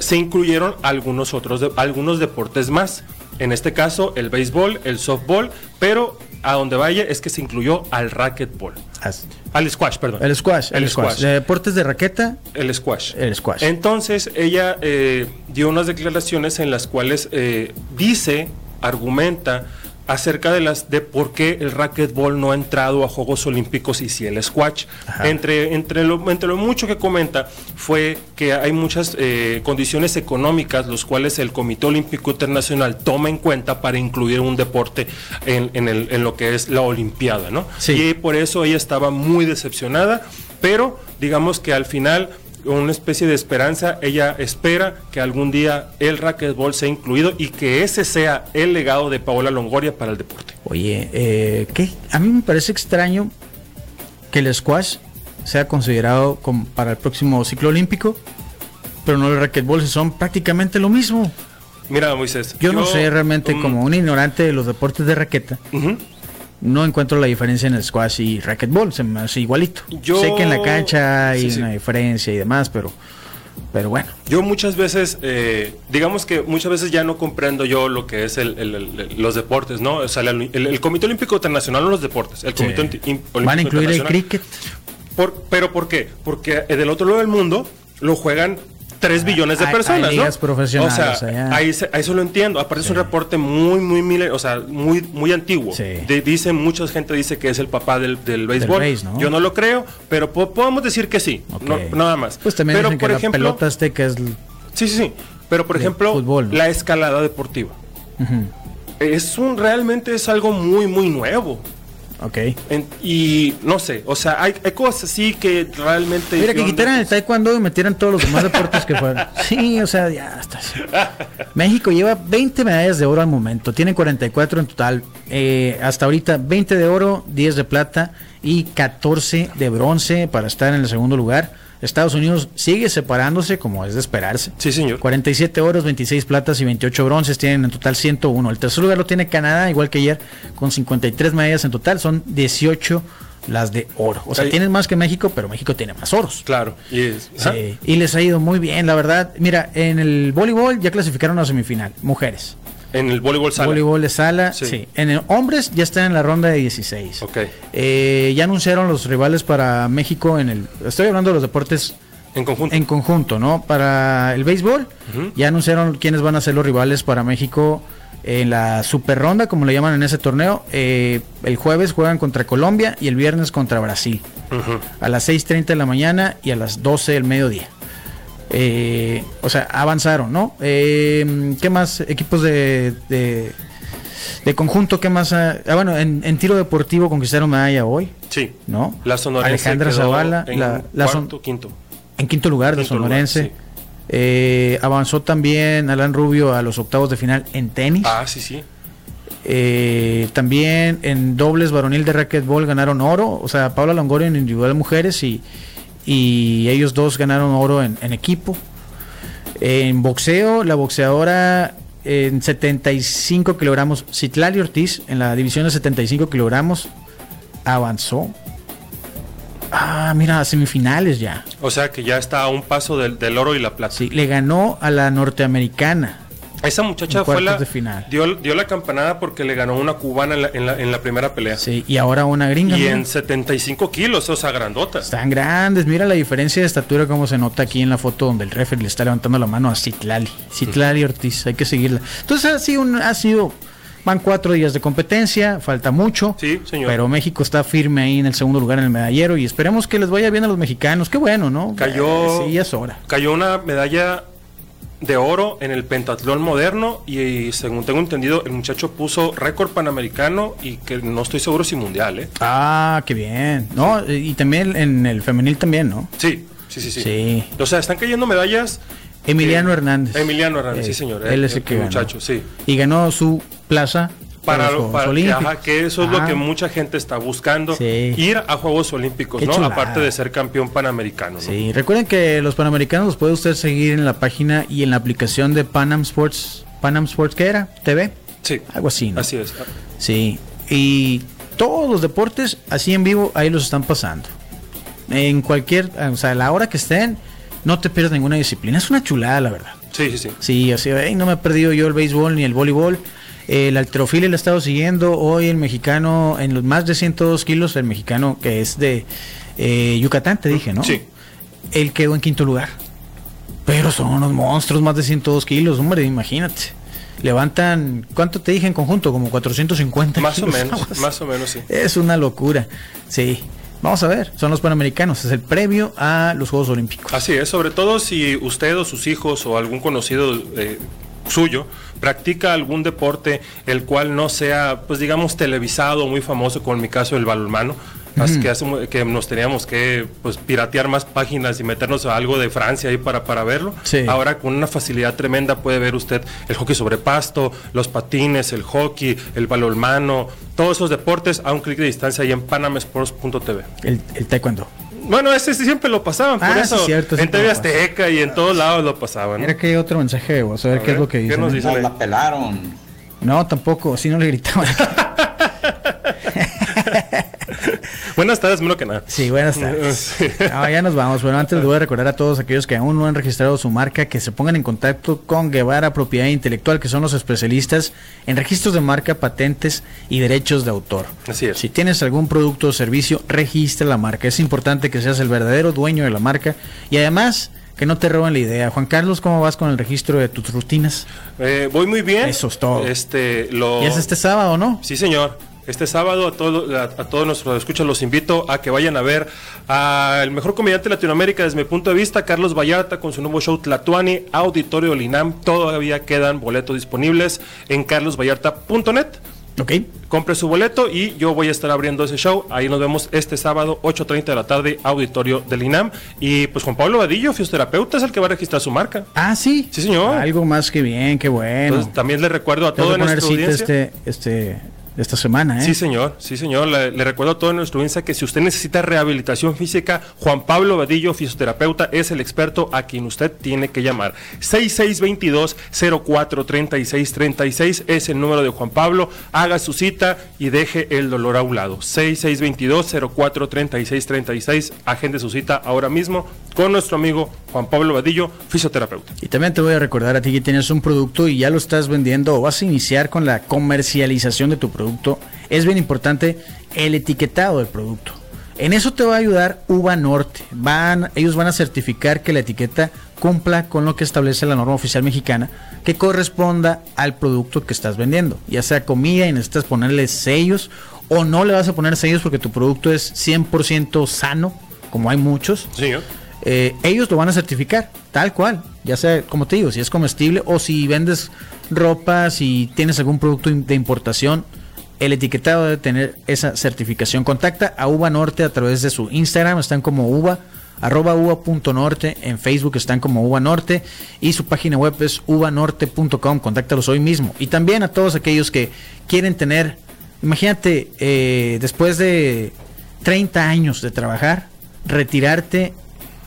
Speaker 3: se incluyeron algunos otros, de- algunos deportes más. En este caso, el béisbol, el softball, pero a donde vaya es que se incluyó al racquetball.
Speaker 2: As-
Speaker 3: Al squash, perdón.
Speaker 2: El squash, el, squash. De deportes de raqueta,
Speaker 3: El squash.
Speaker 2: El squash.
Speaker 3: Entonces ella eh, dio unas declaraciones en las cuales eh, dice, argumenta acerca de las de por qué el racquetball no ha entrado a Juegos Olímpicos y si el squash.
Speaker 2: Ajá.
Speaker 3: Entre, entre, lo, entre lo mucho que comenta fue que hay muchas eh, condiciones económicas los cuales el Comité Olímpico Internacional toma en cuenta para incluir un deporte en, en el- en lo que es la Olimpiada, ¿no?
Speaker 2: Sí.
Speaker 3: Y por eso ella estaba muy decepcionada, pero digamos que al final con una especie de esperanza, ella espera que algún día el racquetball sea incluido y que ese sea el legado de Paola Longoria para el deporte.
Speaker 2: Oye, eh, ¿qué? a mí me parece extraño que el squash sea considerado como para el próximo ciclo olímpico, pero no el racquetball, si son prácticamente lo mismo.
Speaker 3: Mira, Moisés.
Speaker 2: Yo, no sé realmente,
Speaker 3: mm,
Speaker 2: como un ignorante de los deportes de raqueta,
Speaker 3: ujú.
Speaker 2: no encuentro la diferencia en el squash y racquetball, se me hace igualito.
Speaker 3: Yo-
Speaker 2: Sé que en la cancha hay
Speaker 3: Sí, sí.
Speaker 2: una diferencia y demás, pero, pero bueno.
Speaker 3: Yo muchas veces, eh, digamos que muchas veces ya no comprendo yo lo que es el- el- el- los deportes, ¿no? O sea, la- el, el Comité Olímpico Internacional no los deportes, el Comité
Speaker 2: Sí.
Speaker 3: Olímpico
Speaker 2: Van a incluir el
Speaker 3: Internacional-
Speaker 2: cricket.
Speaker 3: Por- ¿Pero por qué? Porque eh, del otro lado del mundo lo juegan 3 billones de
Speaker 2: Ah, hay-
Speaker 3: personas,
Speaker 2: hay
Speaker 3: ¿no?
Speaker 2: ligas profesionales
Speaker 3: o sea,
Speaker 2: allá.
Speaker 3: ahí, se- ahí eso lo entiendo. Aparte es un
Speaker 2: Sí.
Speaker 3: reporte muy, muy, mile- o sea, muy, muy antiguo.
Speaker 2: Sí.
Speaker 3: De- dice, mucha gente dice que es el papá del, del béisbol.
Speaker 2: béis, ¿no?
Speaker 3: Yo no lo creo, pero po- podemos decir que sí.
Speaker 2: Ok.
Speaker 3: No- nada más.
Speaker 2: Pues también
Speaker 3: pero
Speaker 2: dicen que la pelota azteca es... l-
Speaker 3: Sí, sí, sí. Pero por
Speaker 2: de
Speaker 3: ejemplo,
Speaker 2: fútbol, ¿no?
Speaker 3: la escalada deportiva.
Speaker 2: Ujú,
Speaker 3: Es un, realmente es algo muy, muy nuevo.
Speaker 2: Ok.
Speaker 3: En- y no sé, o sea, hay, hay cosas así que realmente.
Speaker 2: Mira, que
Speaker 3: yo no-
Speaker 2: quitaran el taekwondo y metieran todos los demás deportes que
Speaker 3: <laughs>
Speaker 2: fueron. Sí, o sea, ya está. sí. México lleva 20 medallas de oro al momento. Tiene 44 en total. Eh, hasta ahorita 20 de oro, 10 de plata y 14 de bronce para estar en el segundo lugar. Estados Unidos sigue separándose como es de esperarse.
Speaker 3: Sí, señor.
Speaker 2: 47 oros, 26 platas y 28 bronces tienen en total 101. El tercer lugar lo tiene Canadá, igual que ayer, con 53 medallas en total. Son 18 las de oro. O sea,
Speaker 3: Ahí-
Speaker 2: tienen más que México, pero México tiene más oros.
Speaker 3: Claro. Y es- ah,
Speaker 2: Sí,
Speaker 3: ajá.
Speaker 2: Y les ha ido muy bien, la verdad. Mira, en el voleibol ya clasificaron a semifinal, mujeres.
Speaker 3: En el voleibol sala.
Speaker 2: Voleibol de sala, sí.
Speaker 3: Sí.
Speaker 2: En el hombres ya están en la ronda de 16.
Speaker 3: Ok.
Speaker 2: Eh, ya anunciaron los rivales para México en el... Estoy hablando de los deportes
Speaker 3: En conjunto.
Speaker 2: en conjunto, ¿no? Para el béisbol,
Speaker 3: Ujú.
Speaker 2: ya anunciaron quiénes van a ser los rivales para México en la super ronda, como le llaman en ese torneo. Eh, el jueves juegan contra Colombia y el viernes contra Brasil.
Speaker 3: Ujú.
Speaker 2: A las 6.30 de la mañana y a las 12 del mediodía. Eh, o sea, avanzaron, ¿no? Eh, ¿Qué más? Equipos de, de, de conjunto, ¿qué más? Ah, ah, bueno, en, en tiro deportivo conquistaron medalla hoy,
Speaker 3: Sí.
Speaker 2: ¿no?
Speaker 3: La sonorense.
Speaker 2: Alejandra
Speaker 3: quedó
Speaker 2: Zavala,
Speaker 3: En
Speaker 2: la, la son-
Speaker 3: cuarto, quinto.
Speaker 2: en quinto lugar de
Speaker 3: Quinto lugar,
Speaker 2: Sonorense.
Speaker 3: sí.
Speaker 2: Eh, avanzó también Alan Rubio a los octavos de final en tenis.
Speaker 3: Ah, sí, sí.
Speaker 2: Eh, también en dobles varonil de racquetball ganaron oro. O sea, Paula Longoria en individual mujeres y, y ellos dos ganaron oro en, en equipo. En boxeo, la boxeadora en 75 kilogramos, Citlali Ortiz, en la división de 75 kilogramos, avanzó. Ah, mira, semifinales ya.
Speaker 3: O sea que ya está a un paso del, del oro y la plata.
Speaker 2: Sí, le ganó a la norteamericana.
Speaker 3: Esa
Speaker 2: En
Speaker 3: muchacha fue
Speaker 2: cuartos
Speaker 3: la.
Speaker 2: de final.
Speaker 3: Dio, dio la campanada porque le ganó una cubana en la, en la, en la primera pelea.
Speaker 2: Sí, y ahora una gringa.
Speaker 3: Y
Speaker 2: mira.
Speaker 3: en 75 kilos, o sea, grandota.
Speaker 2: Están grandes. Mira la diferencia de estatura como se nota aquí en la foto donde el referee le está levantando la mano a Citlali. Citlali Ortiz, hay que seguirla. Entonces ha sido, un- ha sido van cuatro días de competencia, falta mucho.
Speaker 3: Sí, señor.
Speaker 2: Pero México está firme ahí en el segundo lugar en el medallero y esperemos que les vaya bien a los mexicanos. Qué bueno, ¿no? Eh,
Speaker 3: Cayó.
Speaker 2: sí, es hora.
Speaker 3: Cayó una medalla de oro en el pentatlón moderno y, según tengo entendido el muchacho puso récord panamericano y que no estoy seguro si mundial, ¿eh?
Speaker 2: Ah, qué bien. No, Eh, y también en el femenil también, ¿no?
Speaker 3: Sí, sí, sí, sí.
Speaker 2: Sí.
Speaker 3: O sea, están cayendo medallas.
Speaker 2: Emiliano
Speaker 3: eh,
Speaker 2: Hernández.
Speaker 3: Emiliano Hernández,
Speaker 2: Eh,
Speaker 3: sí, señor.
Speaker 2: Él
Speaker 3: eh,
Speaker 2: es el que ganó.
Speaker 3: muchacho, sí.
Speaker 2: Y ganó su plaza
Speaker 3: Para,
Speaker 2: los
Speaker 3: lo-
Speaker 2: Juegos
Speaker 3: para que,
Speaker 2: Olímpicos.
Speaker 3: ajá, que eso es lo
Speaker 2: Ah,
Speaker 3: que mucha gente está buscando.
Speaker 2: Sí.
Speaker 3: Ir a Juegos Olímpicos,
Speaker 2: Qué
Speaker 3: ¿no?
Speaker 2: chulada.
Speaker 3: Aparte de ser campeón panamericano, ¿no?
Speaker 2: Sí, recuerden que los panamericanos los puede usted seguir en la página y en la aplicación de Panam Sports. Panam Sports, ¿qué era? ¿TV?
Speaker 3: Sí.
Speaker 2: Algo así, ¿no?
Speaker 3: Así es.
Speaker 2: Sí. Y todos los deportes, así en vivo, ahí los están pasando. En cualquier, o sea, a la hora que estén, no te pierdas ninguna disciplina. Es una chulada, la verdad.
Speaker 3: Sí, sí, sí.
Speaker 2: Sí, así, "Ey, no me he perdido yo el béisbol ni el voleibol. El alterofilia lo he estado siguiendo. Hoy el mexicano, en los más de 102 kilos, el mexicano que es de eh, Yucatán, te dije, ¿no?
Speaker 3: Sí.
Speaker 2: <laughs> Él quedó en quinto lugar. Pero son unos monstruos, más de 102 kilos, hombre, imagínate. Levantan, ¿cuánto te dije en conjunto? Como 450
Speaker 3: Más o
Speaker 2: kilos.
Speaker 3: menos, más o menos, sí.
Speaker 2: Es una locura. Sí. Vamos a ver, son los panamericanos, es el previo a los Juegos Olímpicos.
Speaker 3: Así es, sobre todo si usted o sus hijos o algún conocido eh, suyo practica algún deporte el cual no sea, pues digamos, televisado o muy famoso, como en mi caso el balonmano, así que, hace mu- que nos teníamos que pues, piratear más páginas y meternos a algo de Francia ahí para, para verlo.
Speaker 2: Sí.
Speaker 3: Ahora con una facilidad tremenda puede ver usted el hockey sobre pasto, los patines, el hockey, el balonmano, todos esos deportes a un clic de distancia ahí en panamesports.tv.
Speaker 2: El, el taekwondo.
Speaker 3: Bueno, ese sí siempre lo pasaban, por
Speaker 2: Ah, sí,
Speaker 3: eso
Speaker 2: cierto,
Speaker 3: en
Speaker 2: siempre
Speaker 3: TV
Speaker 2: lo pasan.
Speaker 3: Azteca y en todos lados lo pasaban. ¿no?
Speaker 2: Mira que hay otro mensaje de voz, a ver
Speaker 3: A
Speaker 2: qué
Speaker 3: ver,
Speaker 2: es lo que
Speaker 3: ¿qué
Speaker 2: dice.
Speaker 3: nos
Speaker 2: ¿no?
Speaker 3: dice?
Speaker 6: Nos la pelaron.
Speaker 2: No, tampoco, así no le gritaban.
Speaker 3: <laughs> Buenas tardes, primero que nada.
Speaker 2: Sí, buenas tardes.
Speaker 3: <laughs>
Speaker 2: Ah,
Speaker 3: Sí.
Speaker 2: No, ya nos vamos. Bueno, antes les voy a recordar a todos aquellos que aún no han registrado su marca que se pongan en contacto con Guevara Propiedad Intelectual, que son los especialistas en registros de marca, patentes y derechos de autor.
Speaker 3: Así es.
Speaker 2: Si tienes algún producto o servicio, registra la marca. Es importante que seas el verdadero dueño de la marca y además que no te roben la idea. Juan Carlos, ¿cómo vas con el registro de tus rutinas?
Speaker 3: Eh, voy muy bien.
Speaker 2: Eso es todo.
Speaker 3: Este, lo...
Speaker 2: ¿Y es este sábado, no?
Speaker 3: Sí, señor. Este sábado a, todo- a, a todos nuestros escuchas los invito a que vayan a ver al mejor comediante de Latinoamérica desde mi punto de vista, Carlos Vallarta, con su nuevo show Tlatuani, Auditorio Linam. Todavía quedan boletos disponibles en carlosvallarta.net.
Speaker 2: Ok.
Speaker 3: Compre su boleto y yo voy a estar abriendo ese show. Ahí nos vemos este sábado, 8.30 de la tarde, auditorio del INAM. Y pues Juan Pablo Vadillo, fisioterapeuta, es el que va a registrar su marca.
Speaker 2: Ah, sí.
Speaker 3: Sí, señor.
Speaker 2: Algo más que bien, qué bueno.
Speaker 3: Entonces también les recuerdo a
Speaker 2: Tengo
Speaker 3: toda
Speaker 2: que poner
Speaker 3: nuestra
Speaker 2: cita
Speaker 3: audiencia.
Speaker 2: este, este esta semana, ¿eh?
Speaker 3: Sí, señor, sí, señor. Le, le recuerdo a todo nuestro Insta que si usted necesita rehabilitación física, Juan Pablo Vadillo, fisioterapeuta, es el experto a quien usted tiene que llamar. 6622-043636 es el número de Juan Pablo. Haga su cita y deje el dolor a un lado. 6622-043636. Agende su cita ahora mismo con nuestro amigo Juan Pablo Vadillo, fisioterapeuta.
Speaker 2: Y también te voy a recordar a ti que tienes un producto y ya lo estás vendiendo o vas a iniciar con la comercialización de tu producto. Es bien importante el etiquetado del producto. En eso te va a ayudar Uva Norte. Van, ellos van a certificar que la etiqueta cumpla con lo que establece la norma oficial mexicana que corresponda al producto que estás vendiendo. Ya sea comida y necesitas ponerle sellos o no le vas a poner sellos porque tu producto es 100% sano, como hay muchos.
Speaker 3: Señor.
Speaker 2: Eh, ellos lo van a certificar, tal cual. Ya sea, como te digo, si es comestible o si vendes ropa, si tienes algún producto de importación, el etiquetado debe tener esa certificación. Contacta a Uva Norte a través de su Instagram, están como uva, arroba uva.norte, en Facebook están como uva norte y su página web es uvanorte.com, contáctalos hoy mismo. Y también a todos aquellos que quieren tener, imagínate, eh, después de 30 años de trabajar, retirarte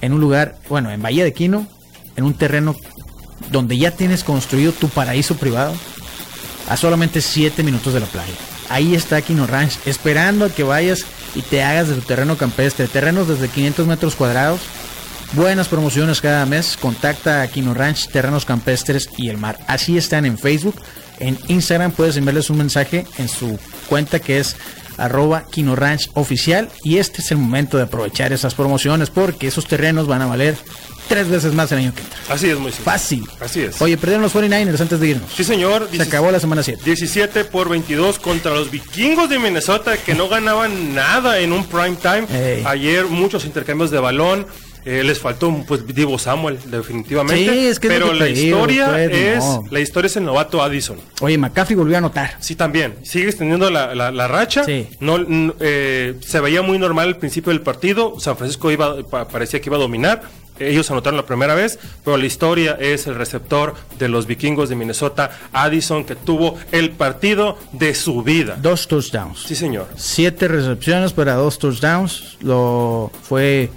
Speaker 2: en un lugar, bueno, en Bahía de Quino, en un terreno donde ya tienes construido tu paraíso privado, a solamente 7 minutos de la playa. Ahí está Quino Ranch, esperando a que vayas y te hagas de tu terreno campestre. Terrenos desde 500 metros cuadrados, buenas promociones cada mes. Contacta a Quino Ranch, Terrenos Campestres y el Mar. Así están en Facebook. En Instagram puedes enviarles un mensaje en su cuenta que es arroba Kino Ranch oficial y este es el momento de aprovechar esas promociones porque esos terrenos van a valer tres veces más el año que entra.
Speaker 3: Así es, Moisés.
Speaker 2: Fácil.
Speaker 3: Así es.
Speaker 2: Oye, perdieron los 49ers antes de irnos.
Speaker 3: Sí, señor.
Speaker 2: Se acabó la semana 7.
Speaker 3: 17 por 22 contra los vikingos de Minnesota que no ganaban nada en un prime time.
Speaker 2: Ey.
Speaker 3: Ayer muchos intercambios de balón. eh, les faltó pues Divo Samuel definitivamente,
Speaker 2: Sí, es que es lo
Speaker 3: pero
Speaker 2: que
Speaker 3: la
Speaker 2: te digo,
Speaker 3: historia
Speaker 2: pues, ni
Speaker 3: es
Speaker 2: modo.
Speaker 3: la historia es el novato Addison.
Speaker 2: Oye, McCaffrey volvió a anotar.
Speaker 3: Sí, también. Sigues teniendo la, la- la racha.
Speaker 2: Sí.
Speaker 3: No, n- eh, se veía muy normal al principio del partido. San Francisco iba, pa- parecía que iba a dominar. Ellos anotaron la primera vez, pero la historia es el receptor de los vikingos de Minnesota, Addison, que tuvo el partido de su vida.
Speaker 2: Dos touchdowns.
Speaker 3: Sí, señor.
Speaker 2: Siete recepciones para dos touchdowns. Lo fue,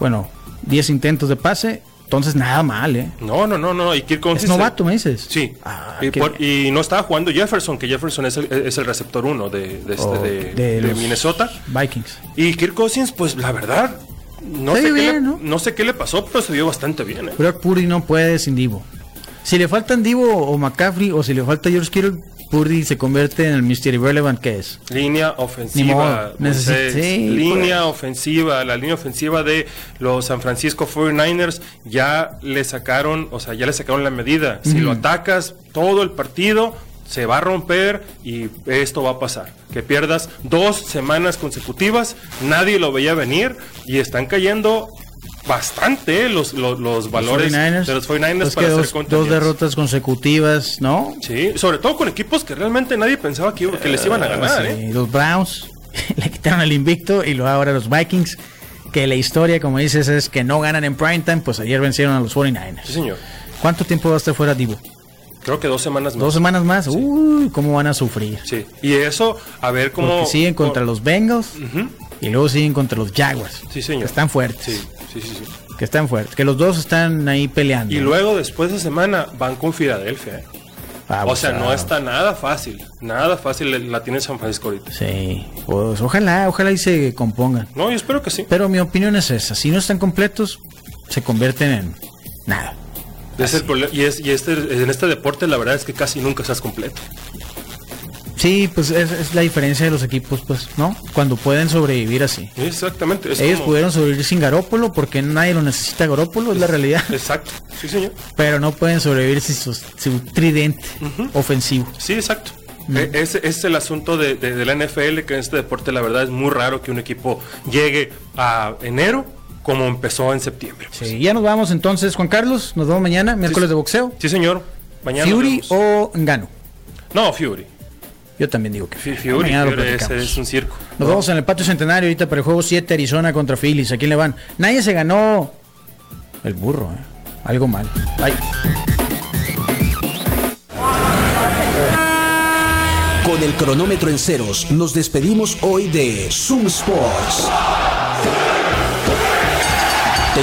Speaker 2: bueno, 10 intentos de pase. Entonces nada mal, ¿eh?
Speaker 3: No, no, no, no. Y Kirk
Speaker 2: Es
Speaker 3: Cousins-
Speaker 2: novato, me dices.
Speaker 3: Sí.
Speaker 2: Ah,
Speaker 3: y,
Speaker 2: qué
Speaker 3: por-
Speaker 2: bien.
Speaker 3: y este no estaba jugando Jefferson, que Jefferson es el, es el receptor uno de, de este-
Speaker 2: Oh,
Speaker 3: de-
Speaker 2: de
Speaker 3: de
Speaker 2: los
Speaker 3: Minnesota.
Speaker 2: Vikings.
Speaker 3: Y Kirk Cousins, pues la verdad, no,
Speaker 2: Se
Speaker 3: sé,
Speaker 2: vio
Speaker 3: qué le,
Speaker 2: bien, ¿no?
Speaker 3: ¿no? sé qué le pasó, pero se vio bastante bien. ¿eh?
Speaker 2: Brock Purdy no puede sin Divo. Si le faltan Divo o McCaffrey o si le falta George Kittle, Purdy se convierte en el Mr. Irrelevant que es.
Speaker 3: Línea
Speaker 2: Ni
Speaker 3: ofensiva.
Speaker 2: modo, necesi-
Speaker 3: Moisés.
Speaker 2: sí, pues.
Speaker 3: línea ofensiva. La línea ofensiva de los San Francisco 49ers ya le sacaron, o sea, ya le sacaron la medida. Si lo atacas todo el partido, se va a romper y esto va a pasar. Que pierdas dos semanas consecutivas, nadie lo veía venir y están cayendo bastante eh, los, los, los valores de los 49ers
Speaker 2: Pues que dos,
Speaker 3: para ser
Speaker 2: dos
Speaker 3: contenidos.
Speaker 2: derrotas consecutivas, ¿no?
Speaker 3: Sí, sobre todo con equipos que realmente nadie pensaba que, que les iban a ganar,
Speaker 2: Ah, Sí,
Speaker 3: ¿eh?
Speaker 2: Pues, Los Browns <laughs> le quitaron el invicto y luego ahora los Vikings, que la historia, como dices, es que no ganan en primetime, pues ayer vencieron a los 49ers.
Speaker 3: Sí, señor.
Speaker 2: ¿Cuánto tiempo va a estar fuera Divo?
Speaker 3: Creo que dos semanas más.
Speaker 2: ¿Dos semanas más? Uy, ¿cómo van a sufrir?
Speaker 3: Sí. Y eso, a ver cómo.
Speaker 2: Porque siguen
Speaker 3: cómo-
Speaker 2: contra los Bengals y luego siguen contra los Jaguars.
Speaker 3: Sí, señor.
Speaker 2: Que están fuertes.
Speaker 3: Sí, sí, sí, sí.
Speaker 2: Que están fuertes. Que los dos están ahí peleando.
Speaker 3: Y luego, después de semana, van con Filadelfia. ¿eh?
Speaker 2: Ah,
Speaker 3: o sea,
Speaker 2: pues,
Speaker 3: no
Speaker 2: ah,
Speaker 3: está nada fácil. Nada fácil eh, la tiene San Francisco ahorita.
Speaker 2: Sí. Pues, ojalá, ojalá y se compongan.
Speaker 3: No, yo espero que sí.
Speaker 2: Pero mi opinión es esa. Si no están completos, se convierten en nada.
Speaker 3: Es el problema- y es, y este, en este deporte, la verdad es que casi nunca estás completo.
Speaker 2: Sí, pues es, es la diferencia de los equipos, pues, ¿no? Cuando pueden sobrevivir así.
Speaker 3: Exactamente. es
Speaker 2: Ellos
Speaker 3: como-
Speaker 2: pudieron sobrevivir sin Garópolo porque nadie lo necesita Garópolo, es la
Speaker 3: <laughs>
Speaker 2: realidad.
Speaker 3: Exacto. Sí, señor.
Speaker 2: Pero no pueden sobrevivir sin su, su tridente ofensivo.
Speaker 3: Sí, exacto.
Speaker 2: Mm.
Speaker 3: E- Ese ese es el asunto de, de- de la NFL, que en este deporte la verdad es muy raro que un equipo llegue a enero como empezó en septiembre. pues.
Speaker 2: Sí, ya nos vamos entonces, Juan Carlos. Nos vemos mañana, miércoles de boxeo.
Speaker 3: Sí, señor. Mañana nos
Speaker 2: ¿Fury
Speaker 3: vemos.
Speaker 2: o Engano?
Speaker 3: No, Fury.
Speaker 2: Yo también digo que
Speaker 3: Fu-
Speaker 2: Fury.
Speaker 3: Fury,
Speaker 2: Mañana lo
Speaker 3: Fury, ese
Speaker 2: platicamos.
Speaker 3: es un circo.
Speaker 2: Nos vamos en el patio centenario ahorita para el juego 7 Arizona contra Phillies. ¿A quién le van? Nadie se ganó el burro, ¿eh? Algo mal. Ay.
Speaker 1: Con con el cronómetro en ceros, nos despedimos hoy de Zoom Sports. Te